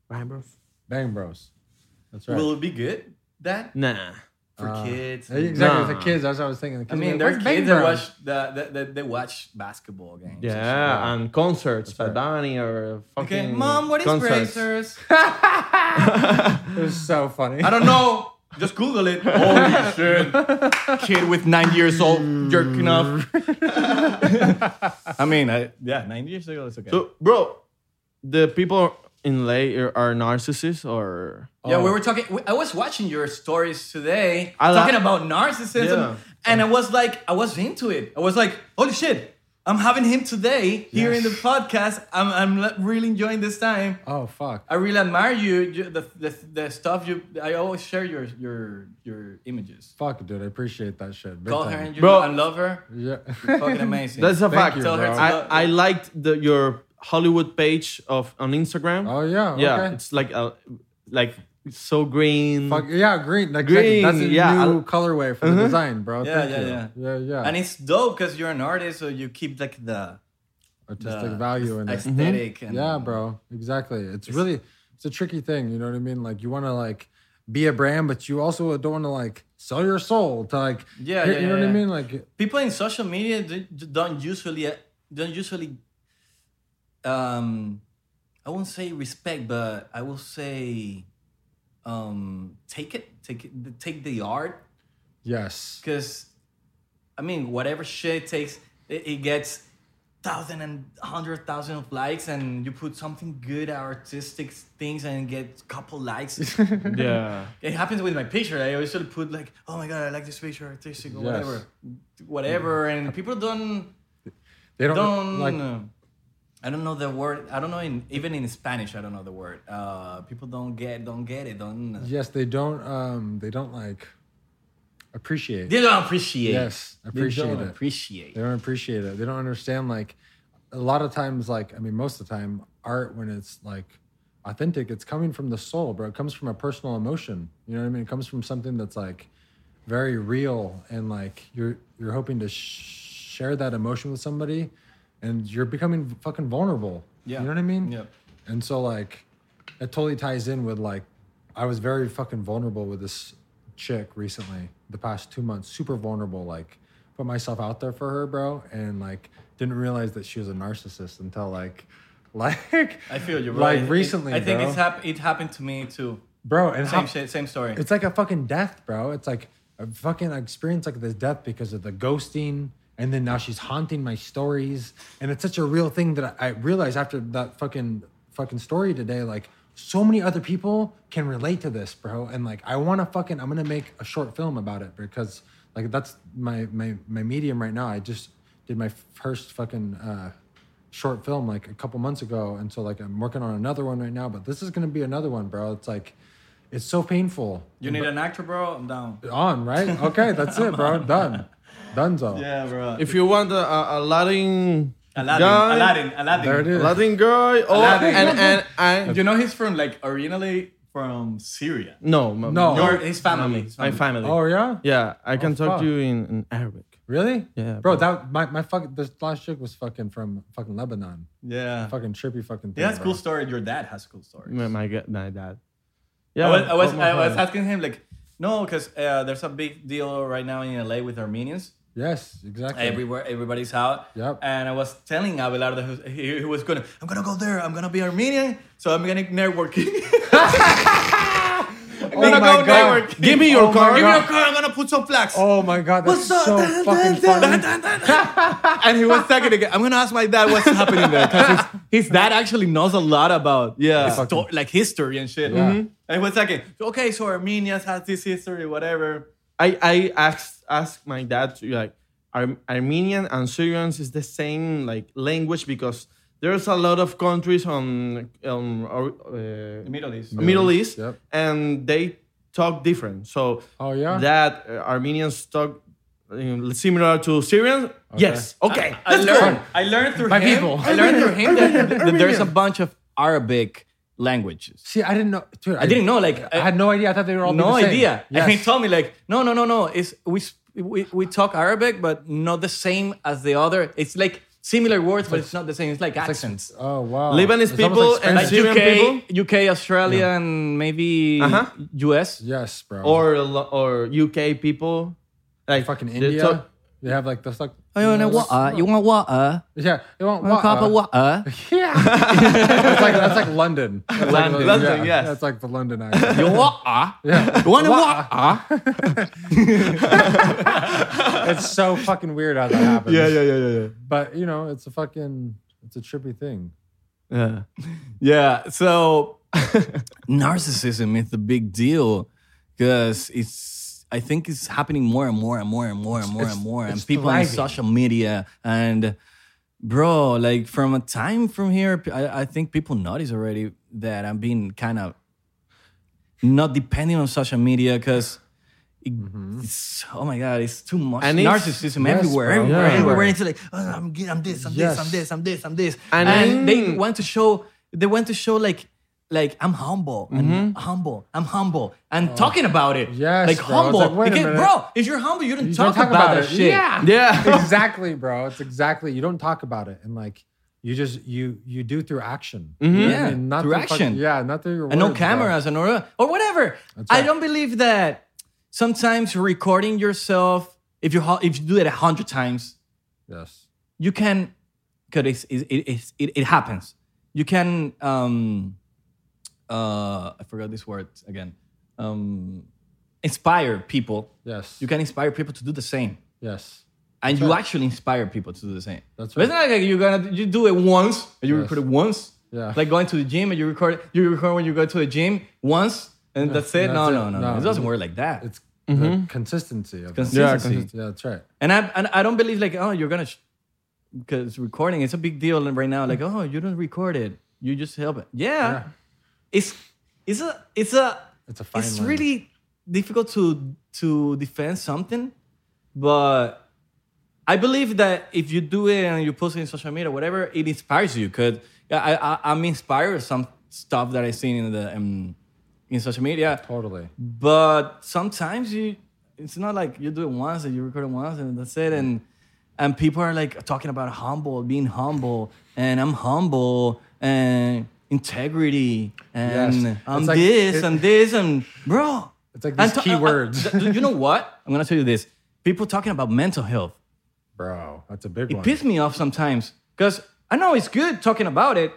Bang Bros.
Bang Bros. That's right.
Will it be good? That
Nah.
for
Uh,
kids.
Yeah, exactly.
Nah.
The kids. That's what I was thinking. The kids are
I mean,
like,
there's
"Where's Bang
kids that
Bros?"
watch the, the, the, they watch basketball games. and
Yeah,
yeah.
and concerts,
right.
Bad Bunny or fucking.
Okay, mom, what is
concerts.
racers?
It was so funny.
I don't know. Just Google it. Holy shit. Kid with nine years old jerking off. I mean, I, yeah, nine years ago, it's okay.
So, bro, the people in LA are, are narcissists or.
yeah, we were talking. we- I was watching your stories today,
I li-
talking about narcissism,
Yeah.
and I was like, I was into it. I was like, holy shit, I'm having him today here in the podcast. I'm, I'm le- really enjoying this time.
Oh fuck.
I really admire you, you- the, the, the stuff you. I always share your your your images.
Fuck, dude. I appreciate that shit. Big
Call her
time.
and you
Bro.
and love her.
Yeah.
Fucking amazing.
That's a
Thank
fact.
you,
Tell her
bro.
to
I, I liked the, your Hollywood page of on Instagram.
oh yeah.
yeah,
Okay.
it's like a, like it's so green.
Fuck, yeah, green. Like, green. That's a
Green, yeah,
new
I- Mm-hmm.
colorway for the design, bro.
Yeah,
Thank
yeah,
you.
yeah.
yeah, yeah.
and it's dope because you're an artist, so you keep like the
Artistic
the uh,
value in it.
aesthetic. And,
Mm-hmm. Yeah, bro. Exactly. It's, really it's a tricky thing. You know what I mean? Like you want to like be a brand, but you also don't want to like sell your soul to like.
Yeah,
you,
yeah,
you know
yeah,
what I
yeah.
mean? Like
people in social media they d- don't usually uh, don't usually um i won't say respect but i will say um take it take it take the art
yes,
because i mean whatever shit takes it, it gets thousand and hundred thousand of likes and you put something good artistic things and get couple likes
yeah,
it happens with my picture. I always sort of put like, oh my god, I like this picture, artistic or
Yes.
whatever, whatever, and people don't
they don't,
don't.
like.
I don't know the word. I don't know in even in Spanish. I don't know the word. Uh, people don't get don't get it. Don't
Yes, they don't. Um, they don't like appreciate.
they don't appreciate.
Yes, appreciate
they don't
it.
appreciate.
They don't appreciate it. They don't understand like a lot of times like I mean most of the time art when it's like authentic it's coming from the soul, bro. It comes from a personal emotion. You know what I mean? It comes from something that's like very real and like you're you're hoping to sh- share that emotion with somebody and you're becoming fucking vulnerable.
Yeah.
You know what I mean?
Yep.
And so like it totally ties in with like I was very fucking vulnerable with this chick recently, the past two months, super vulnerable, like put myself out there for her, bro, and like didn't realize that she was a narcissist until like like
I feel you. bro.
like
It-
recently.
I think
bro.
it's hap- It happened to me too.
bro, and
Same
how-
shit. Same story.
it's like a fucking death, bro. It's like a fucking experience like this death because of the ghosting. And then now she's haunting my stories. And it's such a real thing that I, I realized after that fucking fucking story today, like so many other people can relate to this, bro. And like I wanna fucking I'm gonna make a short film about it because like that's my my my medium right now. I just did my first fucking uh short film like a couple months ago and so like i'm working on another one right now but this is going to be another one bro it's like It's so painful.
You need an actor, bro? I'm down.
On, right? Okay, that's it, bro. Done. Dunzo.
Yeah, bro.
If you want a, a, a Latin
Aladdin,
guy,
Aladdin, Aladdin.
There it is.
Latin girl, oh,
Aladdin.
and and and
You know he's from like originally from Syria.
no, m-
No.
Your his family. His
my family.
Oh yeah?
Yeah, I can talk
fuck.
to you in, in Arabic.
Really?
Yeah,
Bro, that my, my fuck this last chick was fucking from fucking Lebanon.
Yeah.
Fucking trippy fucking thing.
He has
bro.
cool story. Your dad has cool stories.
My my, ga- my dad.
I
Yeah,
was, I was,
oh, my
I was
father.
asking him like, no, because uh, there's a big deal right now in LA with Armenians.
Yes, exactly.
Everywhere, everybody's out.
Yep.
And I was telling Abelardo, who- he, he was gonna, I'm gonna go there. I'm gonna be Armenian, so I'm gonna networking. I'm gonna
Oh my God.
go networking.
Give me your
Oh my
card.
Give me your
God.
car. I'm gonna put some flags.
oh my god, that's so fucking funny.
and he was talking again. I'm gonna ask my dad what's happening there because his, his dad actually knows a lot about
Yeah.
his sto- like history and shit.
Yeah.
And he was talking, okay, so Armenians has this history, whatever.
I I asked asked my dad to like Ar- Armenian and Syrians is the same like language because there's a lot of countries on on uh,
The Middle East.
Middle East
Yep.
and they talk different. So
Oh yeah.
that uh, Armenians talk you know, similar to Syrians. Yes. Okay.
I
Let's
learned, I learned through
My
him.
people.
I learned through him that, that there's a
Armenian.
bunch of Arabic languages.
See, I didn't know dude, I,
didn't know, like,
I, had no idea. I thought they were all
no
the same.
idea. And he
Yes.
told me like, no, no, no, no. It's we, s- we we talk Arabic, but not the same as the other. It's like similar words, but it's not the same. It's like accents.
Oh wow.
Lebanese
It's almost
people
like
and
Spanish.
Syrian-
UK,
people?
UK, Australia, and maybe
Uh-huh.
US.
Yes, bro.
Or lo- or UK people like
fucking
they
India.
talk-
they have like that's like
Oh, You want water? uh, You want water?
Yeah, they want
A
wa-
cup
uh,
of water?
Yeah, that's like that's like London. That's like-
London, London, yes.
that's like the London accent.
You water?
Yeah.
You want
Wa-
water?
It's so fucking weird how that happens.
yeah, yeah, yeah.
But you know, it's a fucking it's a trippy thing.
Yeah.
Yeah. So narcissism is the big deal because it's I think it's happening more and more and more and more and more and more and
it's
people on
thriving.
social media and bro like from a time from here I, I think people notice already that I'm being kind of not depending on social media because.
Mm-hmm.
It's, oh my god, it's too much
And it's-
narcissism
Yes,
everywhere,
bro.
everywhere,
Yeah.
everywhere. It's like oh, I'm, I'm this, I'm this, I'm
Yes.
this, I'm this, I'm this,
And
and, they
Mm.
then-
want to show they want to show like like I'm humble, I'm humble, I'm humble, and talking about it.
Mm-hmm. Oh. Yes,
like
bro. It's
humble.
like, wait a
Again,
minute.
bro, if you're humble, you don't
You
talk,
don't talk
about,
about
that
it.
shit.
Yeah.
Yeah.
exactly, bro. It's exactly you don't talk about it and like you just you you do through action.
Mm-hmm. Yeah,
and not
through
fucking-
action.
yeah, not through your
And no
words, bro.
cameras and or, or whatever. I
right.
don't believe that sometimes recording yourself, if you if you do it a hundred times,
Yes.
you can because it, it, it, it, it happens you can um uh i forgot this word again um inspire people
Yes.
you can inspire people to do the same
Yes.
and you actually inspire people to do the same
That's
But it's not like you're gonna you do it once and you
Yes.
record it once
Yeah.
like going to the gym and you record you record when you go to the gym once and that's it
that's
no,
it.
no no no
No.
it doesn't work like that
It's the consistency of it.
Mm-hmm. consistency
Yeah, that's right.
and I and I don't believe like oh you're gonna because recording it's a big deal right now like oh you don't record it you just help it yeah,
Mm. Yeah.
it's it's a it's a
It's a fine
it's
line.
really difficult to to defend something but I believe that if you do it and you post it in social media whatever it inspires you because I, I I'm inspired with some stuff that I seen in the um, in social media
Totally.
but sometimes you it's not like you do it once and you record it once and that's it
Mm.
and and people are like talking about humble being humble and i'm humble and integrity and
Yes.
i'm
It's like-
this
it-
and this and bro
It's like
and
these
to-
key
uh, uh,
words.
th- you know what i'm gonna tell you this people talking about mental health
Bro, that's a big
it
one.
pisses me off sometimes because i know it's good talking about it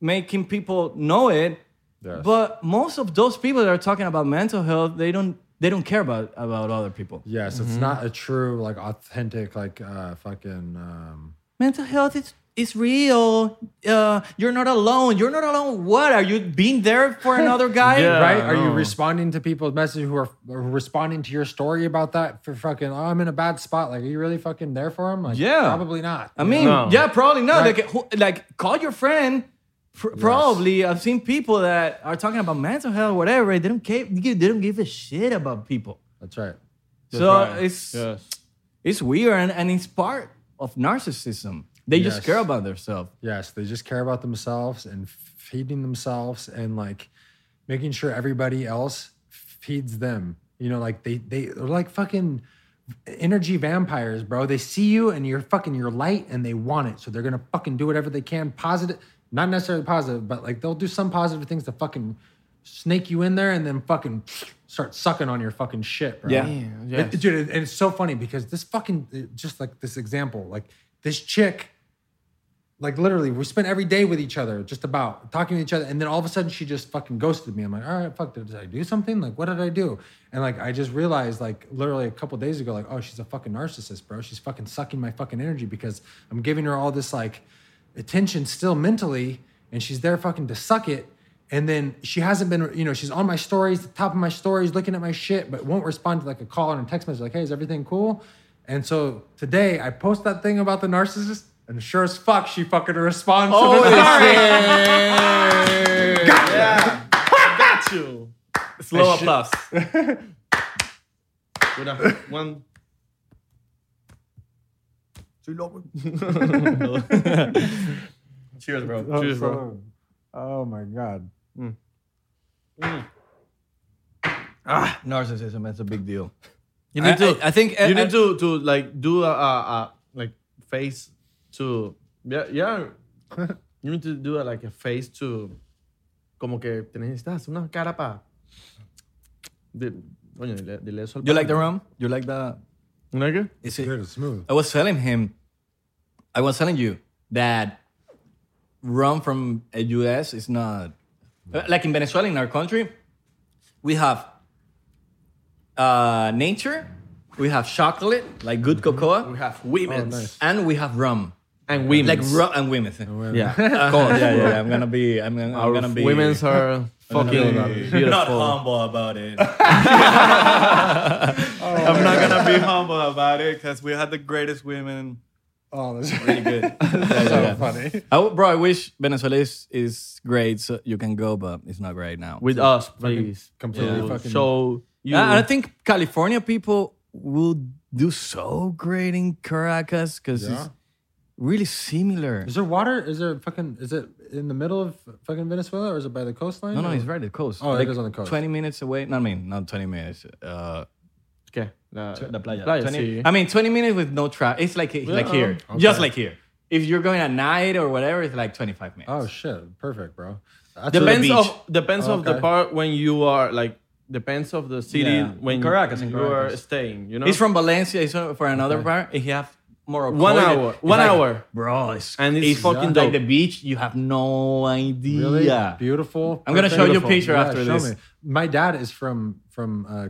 making people know it
Yes.
but most of those people that are talking about mental health, they don't they don't care about about other people.
Yes, it's
Mm-hmm.
not a true, like authentic, like uh fucking um
Mental health is is real. Uh, you're not alone. You're not alone. What are you being there for another guy?
Yeah.
right? Are you
no.
responding to people's messages who are, are responding to your story about that for fucking? Oh, I'm in a bad spot. Like, are you really fucking there for them? Like,
Yeah.
probably not.
I mean,
No.
yeah, probably not.
Right.
Like, who, like call your friend, Pr- Probably, I've seen people that are talking about mental health, whatever. They don't care. They don't give a shit about people.
That's right.
so it's
yes.
it's weird, and, and it's part of narcissism. They
Yes.
just care about themselves.
Yes, they just care about themselves and feeding themselves and like making sure everybody else feeds them. You know, like they they are like fucking energy vampires, bro. They see you and you're fucking your light and they want it. So they're gonna fucking do whatever they can. Positive, not necessarily positive, but like they'll do some positive things to fucking snake you in there and then fucking start sucking on your fucking shit, bro.
Yeah.
Damn,
It-
yes.
dude, it- and it's so funny because this fucking it- just like this example, like this chick, like literally, we spent every day with each other, just about talking to each other, and then all of a sudden she just fucking ghosted me. I'm like, all right, fuck, did I do something? Like, what did I do? And like, I just realized, like, literally a couple days ago, like, oh, she's a fucking narcissist, bro. She's fucking sucking my fucking energy because I'm giving her all this like attention still mentally, and she's there fucking to suck it. And then she hasn't been, you know, she's on my stories, the top of my stories, looking at my shit, but won't respond to like a call or a text message, like, hey, is everything cool? And so today I post that thing about the narcissist, and sure as fuck, she fucking responds
Oh,
Oh.
to the story.
Got you.
Slow applause.
With a one.
Cheers, bro.
Cheers, bro.
Oh my God.
Ah, narcissism. That's a big deal.
You need
I-
to.
I- I think- uh,
you
I-
need
I-
to to like do a, a, a like face to yeah yeah. you need to do a, like a face to como que te necesitas una cara para. Coño, dile, dile eso. Al
You like the rum? You like the?
Nigga?
Is it?
Good, it's smooth.
I was telling him, I was telling you that rum from the U.S. is not uh, like in Venezuela in our country. We have uh, nature, we have chocolate, like good cocoa,
Mm-hmm. We have women
and we have rum,
and women.
like rum and women.
yeah.
Of course, yeah, yeah, yeah. I'm gonna be, I'm gonna, I'm
Our
gonna um, be.
women's are fucking beautiful.
Not humble about it. I'm not gonna
Oh.
be humble about it because we had the greatest women.
Oh, that's
Pretty good.
so funny.
I w- bro, I wish Venezuela is, is great, so you can go, but it's not great now.
with us, please.
completely
To
fucking-
show you.
Yeah, and I think California people will do so great in Caracas because
Yeah.
it's really similar.
Is there water? Is there fucking? Is it in the middle of fucking Venezuela, or is it by the coastline?
No, no,
or-
it's right at the coast.
Oh, it is on the coast.
Twenty minutes away. No, I mean not twenty minutes. Uh,
¿Qué? La,
La playa.
20
sí.
I mean twenty minutes with no traffic. It's like like
Yeah.
here, just like here. If you're going at night or whatever, it's like twenty five minutes.
Oh shit! Perfect, bro. That's
depends
beach.
of depends of the
Okay.
part when you are like depends of the city
Yeah.
when
Caracas, in
you are
Caracas.
staying. You know,
It's from Valencia. It's for another bar. If you have more
One
coin,
hour.
it's
One
like-
hour.
bro. It's,
And it's fucking
like
dope.
the beach. You have no idea.
really beautiful.
I'm gonna
perfect.
show you a
Beautiful.
picture
Yeah,
after
show
this.
me. My dad is from from uh,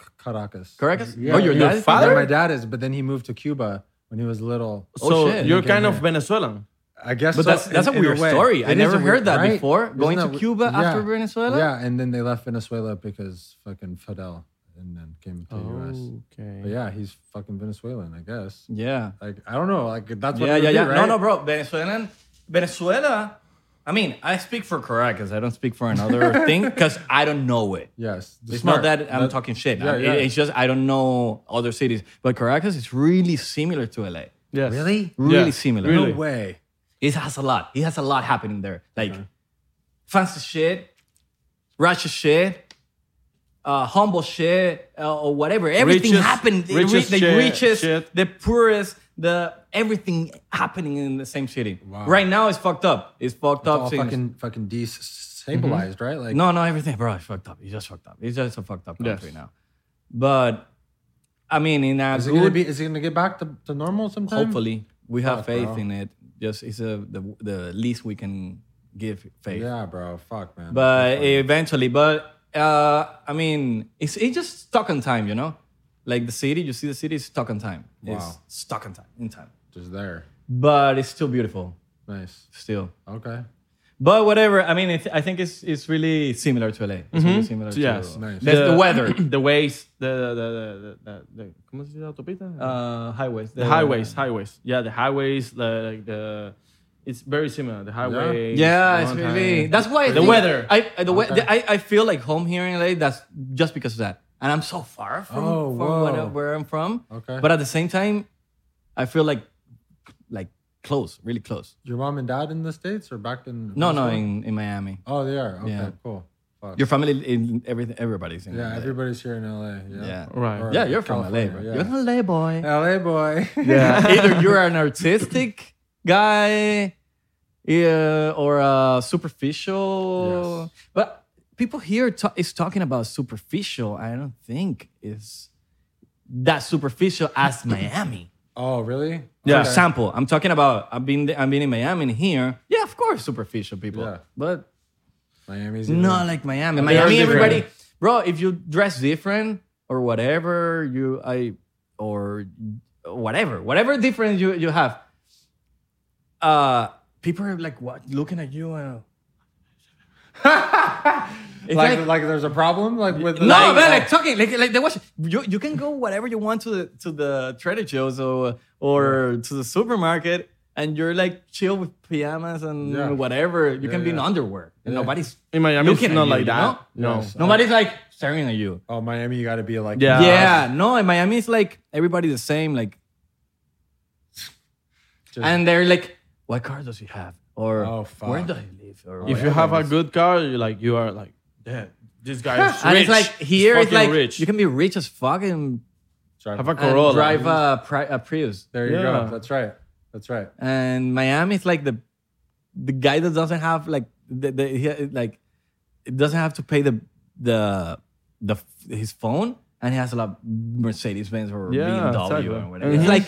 C- Caracas.
Caracas?
Yeah.
Oh, your dad is from
Yeah,
there?
my dad is, but then he moved to Cuba when he was little.
Oh,
so
shit.
you're
Okay,
kind of
yeah.
Venezuelan.
I guess.
But
so,
that's- that's a
in- in
weird
way.
story. I
It is
never
a weird-
heard that
right?
before.
Isn't
Going to
we-
Cuba after Venezuela?
Yeah, and then they left Venezuela because fucking Fidel, and then came to the U.S.
Oh.
Oh,
But yeah, he's fucking Venezuelan, I guess.
Yeah.
Like I don't know. Like that's what
Yeah,
it
yeah,
would be,
yeah. No,
right?
no, bro. Venezuelan, Venezuela. I mean, I speak for Caracas. I don't speak for another thing because I don't know it.
Yes,
It's not that I'm talking shit.
yeah,
I-
yeah.
It's just I don't know other cities. But Caracas is really similar to LA.
Yes.
Really?
Really
Yeah,
similar.
really.
No way.
It has a lot. It has a lot happening there. Like fancy shit, ratchet shit, uh, humble shit, uh, or whatever. Everything
Richest-
happened. The,
richest
the
shit-
richest,
shit.
the poorest, the everything happening in the same city.
Wow.
Right now, it's fucked up. It's fucked
It's
up.
all
since-
fucking fucking destabilized, right? Like
Mm-hmm. no, no, everything, bro. It's fucked up. It's just fucked up. It's just a fucked up country
Yes.
now. But I mean, in a
is it
good-
gonna be? Is it gonna get back to, to normal sometime?
hopefully we have
Fuck,
faith
bro.
in it. Just it's a, the the least we can give faith.
Yeah, bro. Fuck, man.
but eventually but uh i mean it's it's just stuck on time you know like the city you see the city is stuck on time
Wow.
it's stuck on time in time
just there.
but it's still beautiful
Nice.
still
Okay.
but whatever i mean it, i think it's it's really similar to la it's really similar to
Yes.
Mm-hmm. Nice.
That's the, weather
the ways, the the the the, the, the ¿cómo se dice la autopista?
uh highways
the highways, highways. Yeah, the highways, the like the It's very similar. The highway.
Yeah, it's really. That's why I
The
think
weather.
I I- the we- I, I feel like home here in LA. That's just because of that, and I'm so far from,
Oh,
from when I-
whoa.
where I'm from.
Okay.
But at the same time, I feel like like close, really close.
Your mom and dad in the states or back in?
No, no,
Venezuela?
in, in Miami,
Oh, they are. Okay,
Yeah.
cool. Fuck.
your family in everything, everybody's in.
yeah,
LA.
everybody's here in LA. Yeah.
yeah,
Right.
Or
yeah. You're from
California,
LA, bro.
yeah.
You're an LA boy.
LA boy.
Yeah.
Either you're an artistic guy, yeah, or uh, superficial. But people here ta- is talking about superficial. I don't think is that superficial as Miami.
oh, really?
For
Yeah.
example, I'm talking about I've been I've been in Miami and here. Yeah, of course, superficial people,
Yeah.
but
Miami's even-
not like Miami.
They are
Miami,
different.
everybody, bro. If you dress different or whatever you I or whatever, whatever difference you you have, uh, people are like what looking at you and. It's
like, like there's a problem like with
no,
like,
man, like talking, like, like they watch. You, you can go whatever you want to the to the Trader Joe's or or to the supermarket, and you're like chill with pajamas and
Yeah.
whatever. You can be in
yeah.
underwear, and
Yeah.
nobody's
In Miami,
looking
it's
at
not
you,
like
you
that.
know?
No.
Yes.
nobody's like staring at you.
oh Miami, you got to be like
Yeah.
yeah, no, in Miami it's like everybody the same, like,
Just-
and they're like, what car does he have, or
Oh,
where
fuck.
does he live, or
If you have a good car, you like you are like, yeah, this guy is rich.
and it's like here,
He's
it's like
fucking rich.
you can be rich as fuck and,
Drive-
have a
and
Corolla.
drive a, pri- a Prius.
there you
Yeah.
go. That's right. That's right.
and Miami is like the the guy that doesn't have like the, the he, like it doesn't have to pay the the the his phone and he has a lot Mercedes Benz or
Yeah,
BMW or
exactly.
whatever.
And
It's
he's-
like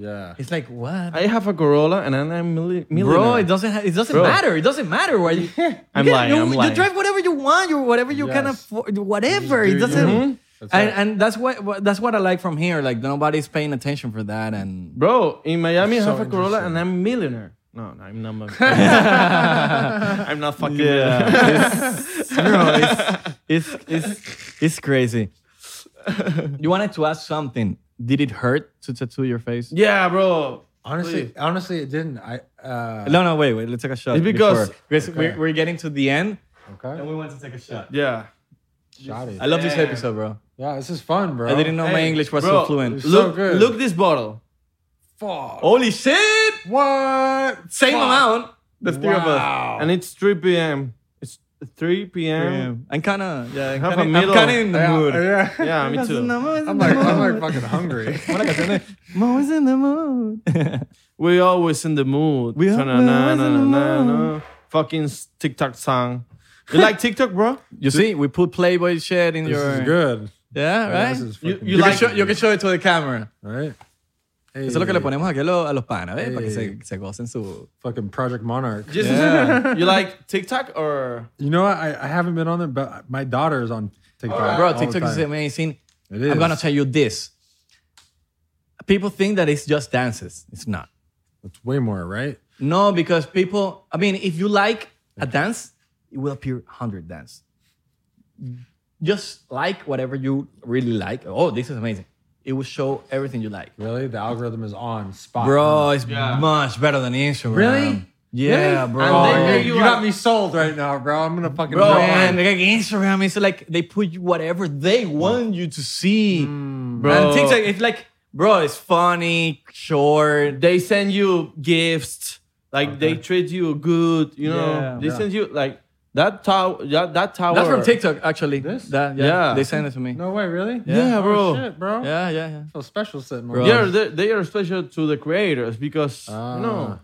Yeah.
it's like what,
I have a Corolla and I'm a milli- millionaire.
bro? It doesn't ha- it doesn't
Bro.
matter. It doesn't matter what you. you
I'm
can-
lying,
You,
I'm
you
lying.
drive whatever you want. You whatever you can
Yes.
afford. Whatever.
You
It
do
doesn't.
Mm-hmm.
you. That's
And,
right.
and that's what what- that's what I like from here. Like nobody's paying attention for that, and
Bro, in Miami, I
That's
have
so
a Corolla
interesting.
and I'm a millionaire. No, no, I'm not. A, I'm not fucking. millionaire.
it's it's it's crazy. you wanted to ask something. Did it hurt to tattoo your face?
Yeah, bro.
honestly,
Please.
honestly, it didn't. I uh,
No, no, wait, wait. Let's take a shot.
It's because-
before. because we're, we're getting to the end, and
okay.
we want to take a shot.
Yeah.
Shoddy.
I love this
Damn.
episode, bro.
Yeah, this is fun, bro.
I didn't know my
Hey,
English was
bro,
so fluent.
so
Look,
good.
look this bottle.
Fuck.
Holy shit!
What?
Same amount.
The three of
Wow.
us. And it's 3 p.m. It's 3 p.m.
I'm kind of yeah. I'm
Have a
kinda, I'm
middle.
kind of in the
Yeah,
mood.
yeah.
Yeah, me too.
I'm like, I'm like fucking hungry.
Mom's in the mood.
We always in the mood.
We are-
Ta-na-na,
we're always in the
na-na-na. Fucking s- TikTok song. You like TikTok, bro?
you see, we put Playboy shit in
This
your
is good.
Yeah,
Yeah,
right.
This is
You-
fucking
you
You
like-
can show- you can show it to the camera.
All right. Hey,
Eso es lo que le ponemos aquí a, lo- a los panas, ¿ves? Para que
Ey.
se, se gocen su.
Fucking Project Monarch.
Just- you like TikTok or
You know what? I, I haven't been on it, but my daughter is on TikTok. all
Bro,
the
TikTok is
time.
amazing.
It is.
I'm gonna tell you this. People think that it's just dances. It's not.
It's way more, right?
No, because people. I mean, if you like a dance, it will appear hundred dance. Just like whatever you really like. Oh, this is amazing. It will show everything you like.
Really? The algorithm is on spot.
Bro, it's
Yeah.
much better than Instagram.
Really?
Yeah,
Really?
bro.
Oh,
And they
yeah.
pay
you
you
got
out.
me sold right now, bro. I'm gonna fucking
Bro,
go
man,
on.
like Instagram is like they put you whatever they want you to see.
Bro.
And TikTok, it's like, bro, it's funny, short.
they send you gifts like they treat you good you know
Yeah.
they send you like that tower that, that tower
That's from TikTok, actually.
This?
That- yeah,
Yeah.
they sent it to me.
No way, really?
Yeah,
Oh,
bro.
Shit, bro.
Yeah, yeah, yeah.
So special sitting on
Bro.
that.
yeah they, they are special to the creators because
Ah.
no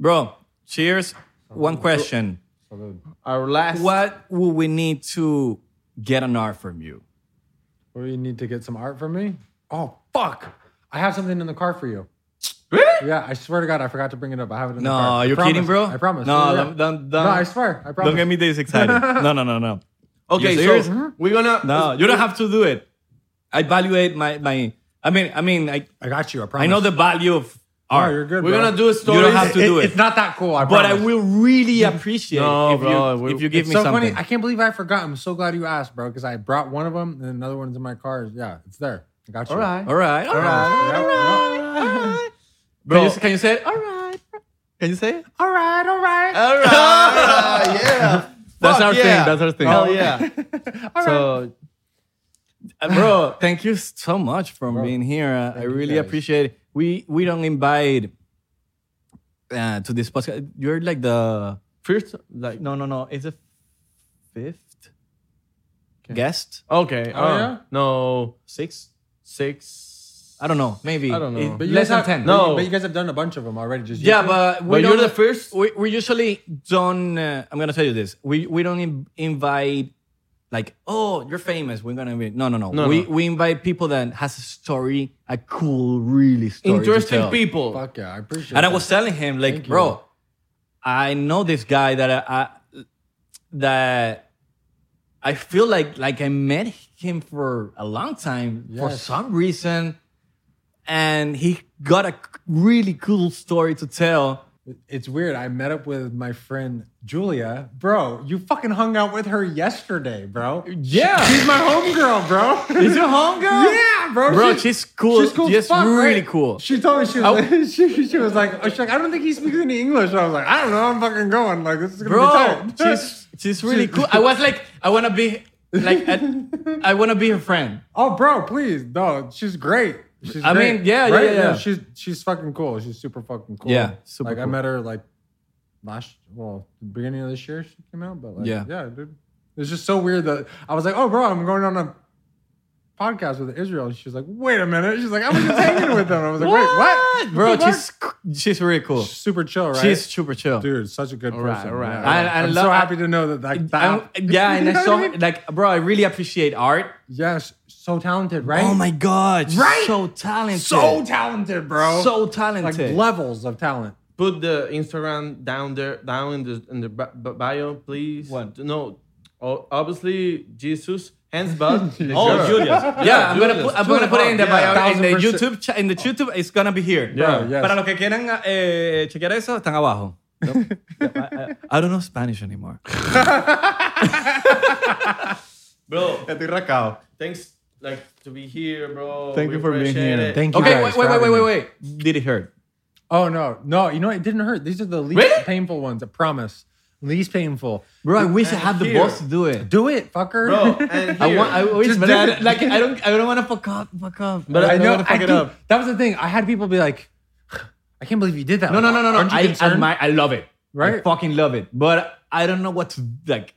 Bro, cheers. One question.
Salud.
our last
What would we need to get an art from you?
Well, you need to get some art from me? Oh fuck! I have something in the car for you.
Really?
Yeah, I swear to God, I forgot to bring it up. I have it in
No,
the car. I
you're
promise.
kidding, bro?
I promise.
No,
Yeah, yeah.
don't- don't-
no,
don't-
I swear. I promise.
Don't get me this excited. no, no, no, no.
okay
You serious?
so we're gonna
No, you don't have to do it. I evaluate my my. I mean, I mean, I
I got you. I promise.
I know the value of
Oh,
art.
you're good.
we're
bro.
gonna do a story
You don't have to do it.
It's not that cool. I
But I
promise.
will really appreciate
No,
it if,
bro,
you,
we-
if you give
It's
me
so
something.
funny. I can't believe I forgot. I'm so glad you asked, bro, because I brought one of them and another one's in my car. Yeah, it's there. I got you.
all right
All right, all right.
All right.
Bro,
Bro.
can, you, can you say it? All right.
Can you say it?
All right, all right.
All right. yeah.
That's
Fuck
our
yeah.
thing. That's our thing.
Oh yeah. so
Uh, bro, thank you so much for being here. Uh, I really
guys.
appreciate it. We we don't invite uh, to this podcast. You're like the
first, like
No, no, no. It's a fifth,
guest.
okay.
Oh,
uh,
yeah?
No
six.
six.
I don't know. Maybe
I don't know.
It-
But
you
less
guys
than
have-
ten.
but you-
No.
but you guys have done a bunch of them already. Just
Yeah,
YouTube?
but we
But
don't.
you're the first.
we, we usually don't. Uh, I'm gonna tell you this. We we don't in- invite like oh you're famous. We're gonna invite. No, no, no.
No,
we
no.
we invite people that has a story, a cool, really story. to
Interesting
tell.
people.
fuck yeah, I appreciate.
And I
that.
was telling him, like,
Thank you.
bro, I know this guy that I, I that I feel like like I met him for a long time for
Yes.
some reason, and he got a really cool story to tell.
It's weird. I met up with my friend Julia. Bro, you fucking hung out with her yesterday, bro.
Yeah.
She's my homegirl, bro.
Is your homegirl?
yeah, bro.
Bro,
She-
she's cool.
She's cool. as
Yes,
fuck,
really
right?
cool.
She told me she was, like, she, she was like, oh, she's like, I don't think he speaks any English. I was like, I don't know. I'm fucking going. Like, this is gonna
Bro,
be tight.
she's she's really cool. I was like, I wanna be like, I, I wanna be her friend.
oh, bro, please, no, she's great. She's
I
great,
mean, yeah, yeah, yeah.
She's she's fucking cool. She's super fucking cool.
Yeah, super
Like I
cool.
met her like last, well, the beginning of this year she came out, but like,
Yeah.
yeah, yeah, dude. It's just so weird that I was like, oh, bro, I'm going on a podcast with Israel. And she's like, wait a minute. She's like, I was just hanging with them. I was like, wait, what?
Bro,
What the
she's she's really cool.
fuck? super chill, right?
She's super chill.
dude, such a good
right,
person.
all right, all
right. I- I
am
love-
so happy to know that. Like, that
I'm- yeah, and
You know
I
what
saw
mean?
like, bro, I really appreciate art.
yes, so talented, right?
Oh my god,
Right?
So talented,
so talented, bro.
so
like
talented.
levels of talent.
Put the Instagram down there, down in the in the bi- bi- bio, please. What? No, o- obviously Jesus, hands but oh
sure.
Julius.
yeah, I'm gonna put, I'm gonna put it in the
Yeah,
bio, in the
1000%.
YouTube, cha- in the YouTube, it's gonna be here.
Yeah.
yes.
Para los que quieran eh, chequear eso, están abajo. I, I- I don't know Spanish anymore.
bro.
Estoy rascado.
Thanks, like to be here, bro.
Thank
We
you for being
appreciate
here.
it.
Thank you.
Okay,
guys
wait,
for
wait, wait,
having
wait,
me.
wait, wait. Did it hurt?
Oh no, no, you know what? it didn't hurt. These are the least
Really?
painful ones. I promise, least painful.
Bro, I wish I had the
here.
balls to do it.
Do it, fucker.
bro. Oh, And
I
here.
want, I wish,
Just
but
do
I
it.
don't, like, I don't, I don't want to fuck up, fuck up.
But I know.
don't wanna
I
fuck it
do-
up.
That was the thing. I had people be like, "I can't believe you did that."
No, no, no, no, no.
Aren't you
I,
concerned?
admire, I love it. I
Right?
fucking love it. But I don't know what to like.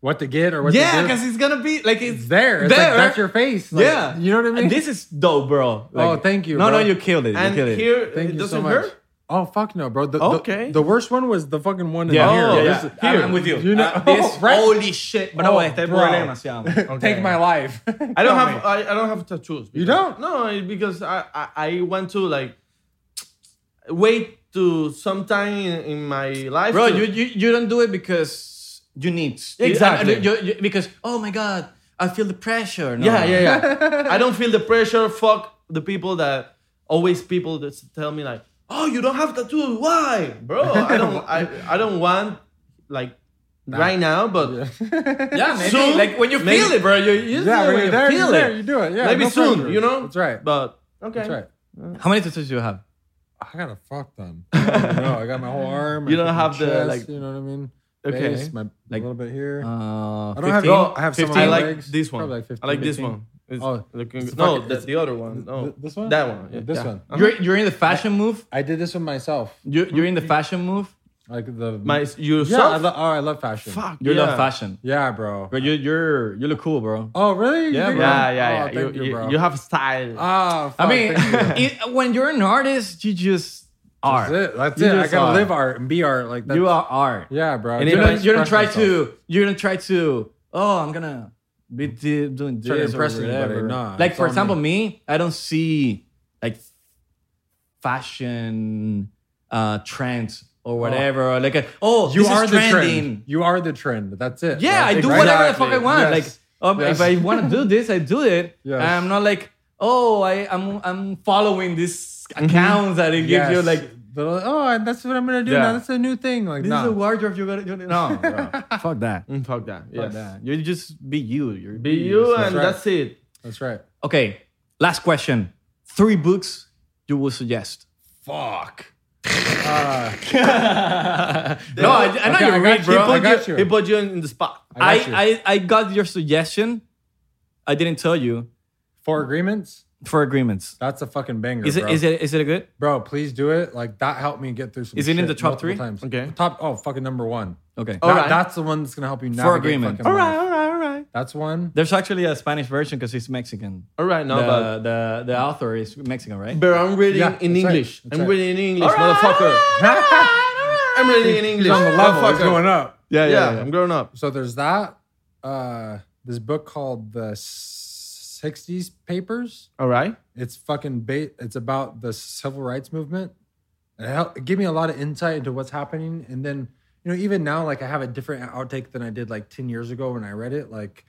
what to get or what?
yeah,
to do.
because it's gonna be like it's
it's there. It's
there.
Like, that's your face. Like,
yeah,
you know what I mean.
And this is dope, bro.
Oh, thank you,
No,
bro.
no, you killed it. You
and
killed it.
here
Thank
it
you
doesn't
so much.
hurt.
Oh fuck no, bro. The,
Okay.
The, the worst one was the fucking one in
Yeah,
here.
yeah,
Oh,
yeah.
This-
yeah.
I'm with you.
You know-
Uh, this,
Oh, right.
Holy shit, bro.
Oh,
este
bro.
problema se llama.
Take my life.
I don't have I, I don't have tattoos. Because,
don't?
No, it- because I, I I want to like wait to sometime in, in my life.
Bro,
to-
you, you you don't do it because you need you-
Exactly.
and- and you- you- because oh my god, I feel the pressure. No,
yeah
no.
yeah yeah. I don't feel the pressure. Fuck the people that always people that tell me like, oh you don't have tattoos. Why, bro? I don't I, I don't want like right now, but
yeah. Maybe
Soon,
like when you
maybe-
feel it, bro. You, you
Yeah,
do it
when you're there,
you
you're
feel
there,
it.
you do it. Yeah,
maybe
no
soon.
pressure.
You know.
That's right.
But okay.
That's right.
How many tattoos do you have? Uh,
I got a fuck ton. no, I got my whole arm.
You
my
don't have
fucking
the,
chest,
like-
You know what I mean?
Okay.
Base, my
Like,
like, little bit here.
Uh,
I don't have.
15?
Oh, I have some.
I
on my
like
legs.
this one.
Probably like 15.
I like this
15.
one. It's
Oh,
looking
it's
good. No,
fucking-
that's the other one. No,
Th- this one.
That one. yeah,
This
yeah.
one.
Uh-huh.
You're you're in the fashion move.
I did this one myself.
You're, you're in the fashion move.
Like the
My
Yeah, I
yourself.
lo- oh, I love fashion.
Fuck.
You're
yeah.
not fashion,
Yeah, bro.
but you you're you look cool, bro.
Oh, really? You
Yeah,
think
bro.
Yeah,
I'm-
yeah,
oh,
yeah.
Thank
you,
you,
you-
bro.
you have style.
Ah,
I
fuck,
mean,
thank you.
it, when you're an artist, you just are.
That's it. That's
You
it. I
just
gotta
are.
live art and be art. Like that's,
You are art.
Yeah, bro. Try
You
to
don't, you don't
express
try
myself.
to you don't try to. Oh, I'm gonna be di- doing this
Try to
or
impress anybody.
whatever.
Nah,
like
it's
for
on
example, me. I don't see like fashion uh trends or whatever. Or like a, oh,
You
this
are
is
the
trending.
trend. You are the trend. That's it.
Yeah, I
That's
do
it.
whatever the
Exactly.
fuck I want.
Yes.
Like, um,
Yes.
if I want to do this, I do it.
Yes.
I'm not like, oh, I, I'm I'm following this account that it gives you
Mm-hmm. Yes.
like
They're like, oh, and that's what I'm gonna do
Yeah.
now. That's a new thing. Like,
this
nah.
is a wardrobe you gotta do. No, bro. fuck that.
Mm, fuck that.
Fuck
Yes.
that. You just be you. You're
Be you,
That's
and
right.
that's it.
that's right.
Okay, last question. Three books you would suggest.
Fuck.
Uh, No, I, I know
Okay,
you
I got
read,
you.
bro.
I
I,
got you.
He put you in in the spot.
I got you.
I, I, got your suggestion. I didn't tell you
Four agreements.
for agreements.
That's a fucking banger,
Is it,
bro.
is it is it a good?
bro, please do it. Like that helped me get through some.
Is it in
shit
the top
multiple
three?
Times.
Okay.
Top. Oh, fucking number one.
Okay.
All
That-
right.
That's the one that's gonna help you navigate.
agreement.
fucking life.
all right, all right.
That's one.
There's actually a Spanish version because it's Mexican.
All right, no, but
The, the the author is Mexican, right?
But I'm reading
Yeah,
in
that's right,
English.
that's
I'm
right.
reading in English, motherfucker. I'm reading in English.
He's on the level. He's
motherfucker.
going up.
Yeah, yeah,
yeah.
I'm growing up.
So there's that. Uh, this book called the '60s Papers.
All right.
It's fucking bait. It's about the civil rights movement. It, helped, it gave me a lot of insight into what's happening. And then, you know, even now, like I have a different outtake than I did like 10 years ago when I read it. Like,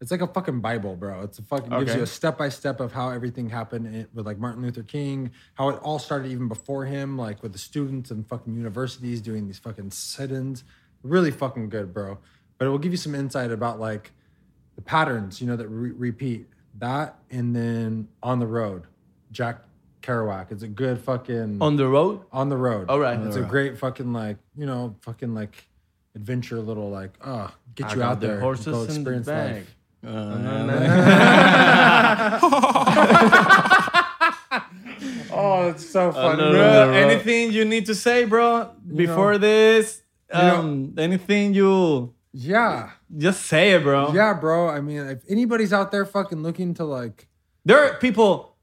it's like a fucking Bible, bro. It's a fucking gives
Okay.
you a step by step of how everything happened in- with like Martin Luther King, how it all started even before him, like with the students and fucking universities doing these fucking sit ins. Really fucking good, bro. But it will give you some insight about like the patterns, you know, that re- repeat that, and then on the road, Jack Kerouac. It's a good fucking on,
On the road.
the road.
All right.
it's a great fucking like you know fucking like adventure little like uh get you out there
horses
go
in the
experience
back.
life. Oh, it's so fun.
Uh, no, no, no.
anything you need to say, bro, before this?
know-
Um, anything you
Yeah,
just say it, bro.
yeah, bro. I mean, if anybody's out there fucking looking to like,
There are people,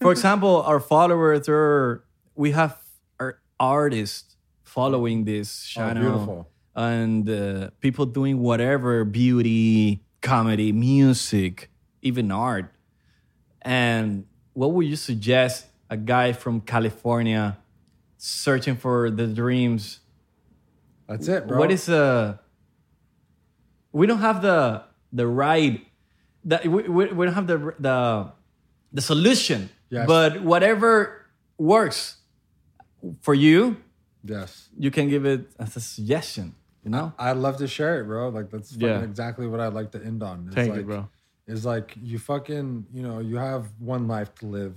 for example, our followers. There are, we have our artists following this channel,
beautiful.
and uh, people doing whatever beauty, comedy, music, even art. And what would you suggest a guy from California searching for the dreams?
that's it, bro.
What is uh We don't have the the right that we, we, we don't have the the the solution.
Yes.
But whatever works for you,
yes?
you can give it as a suggestion. You know.
I'd love to share it, bro. Like that's fucking
Yeah.
exactly what I'd like to end on. It's
Thank you,
like,
bro.
Is like you fucking, you know, you have one life to live.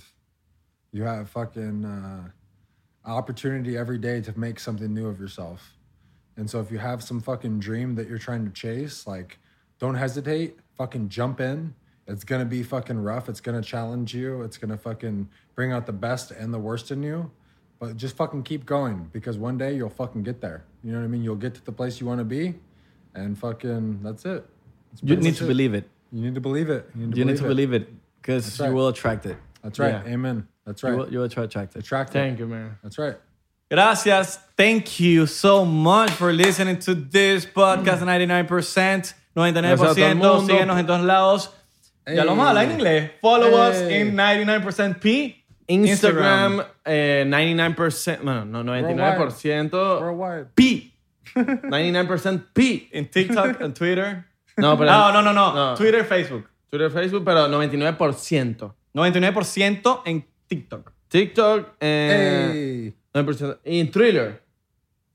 You have fucking uh, opportunity every day to make something new of yourself. And so if you have some fucking dream that you're trying to chase, like don't hesitate, fucking jump in. It's gonna be fucking rough. It's gonna challenge you. It's gonna fucking bring out the best and the worst in you. But just fucking keep going because one day you'll fucking get there. You know what I mean? You'll get to the place you wanna be and fucking that's it. That's
You
pretty
need
much
to
it.
believe it.
You need to believe it. You need to,
You
believe,
need to
it.
believe it because
right.
you will attract it.
That's right.
Yeah.
Amen. That's
You
right.
will, you will try attract it.
Attract it.
Thank you, man.
That's right.
Gracias. Thank you so much for listening to this podcast 99%. 99%.
Mm. Gracias a todo el mundo.
Síguenos en todos lados. Ya lo vamos a hablar en inglés. Follow us
Hey.
in 99%P.
Instagram, eh, 99%, no, no, 99%,
Worldwide.
P. 99% P.
In TikTok and Twitter.
No, pero
No, no, no, no.
No.
Twitter, Facebook.
Twitter, Facebook, pero 99%.
99% en TikTok.
TikTok eh, and
Hey.
9%. In Thriller.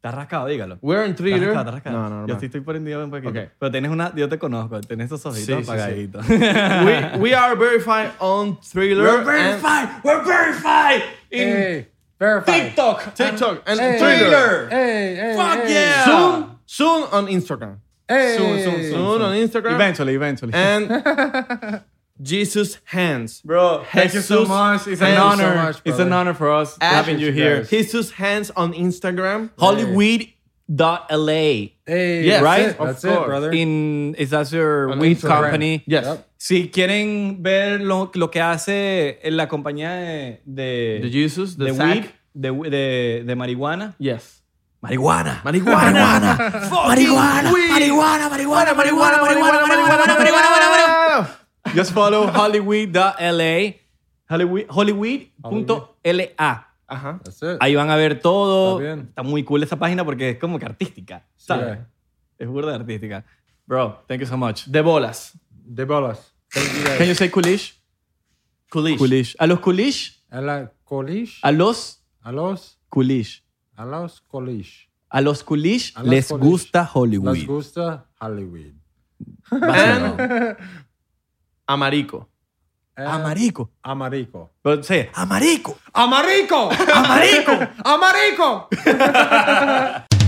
Te has rascado, dígalo.
We're in
Te has
Thriller.
rascado, te has rascado.
No, no,
Yo
no.
sí estoy prendido un poquito.
Ok.
Pero tienes una... Yo te conozco. Tienes esos ojitos
Sí, sí, sí.
apagaditos.
we, we are verified on Thriller.
We're
and-
verified. We're verified in
Hey. Verify.
TikTok.
TikTok and
Hey.
Twitter.
Hey. Hey.
Fuck
hey.
yeah.
Soon, soon on Instagram.
Hey.
Soon, soon, soon.
Soon on Instagram.
Eventually, eventually.
And Jesus hands.
Bro, thank you so
Jesus,
much. It's
thank
an
you
honor.
so much,
it's
brother.
an honor for us having you
you
here.
guys.
Jesus hands on Instagram.
Hollyweed.la.
Hey.
Yes,
that's
right?
It.
Of
That's
course.
it, brother.
In, is that your weed
Instagram.
company?
Yes.
Yep.
Si quieren ver lo, lo que hace en la compañía de, de,
The Jesus, the
de
Zach.
weed, de, de, de marihuana.
Yes.
Marihuana.
Marihuana.
Marihuana. Marihuana. Marihuana. Marihuana. Marihuana. Marihuana. Marihuana. Just follow hollyweed.la. Hollywood- Hollyweed.la.
Ajá.
That's it.
Ahí van a ver todo.
Está bien.
Está muy cool esa página porque es como que artística. ¿sabes?
yeah.
Es burda artística. Bro, thank you so much.
De bolas.
De bolas. Thank you
Can
guys.
you say coolish?
Coolish.
Coolish. A los coolish.
A la colish.
A los
A los.
coolish.
A los colish.
A los coolish
A los
les
coolish.
gusta Hollywood.
Les gusta Hollywood.
Vas a ver.
Amarico. Amarico.
Eh, Amarico.
But say it.
Amarico.
Amarico!
Amarico.
Amarico!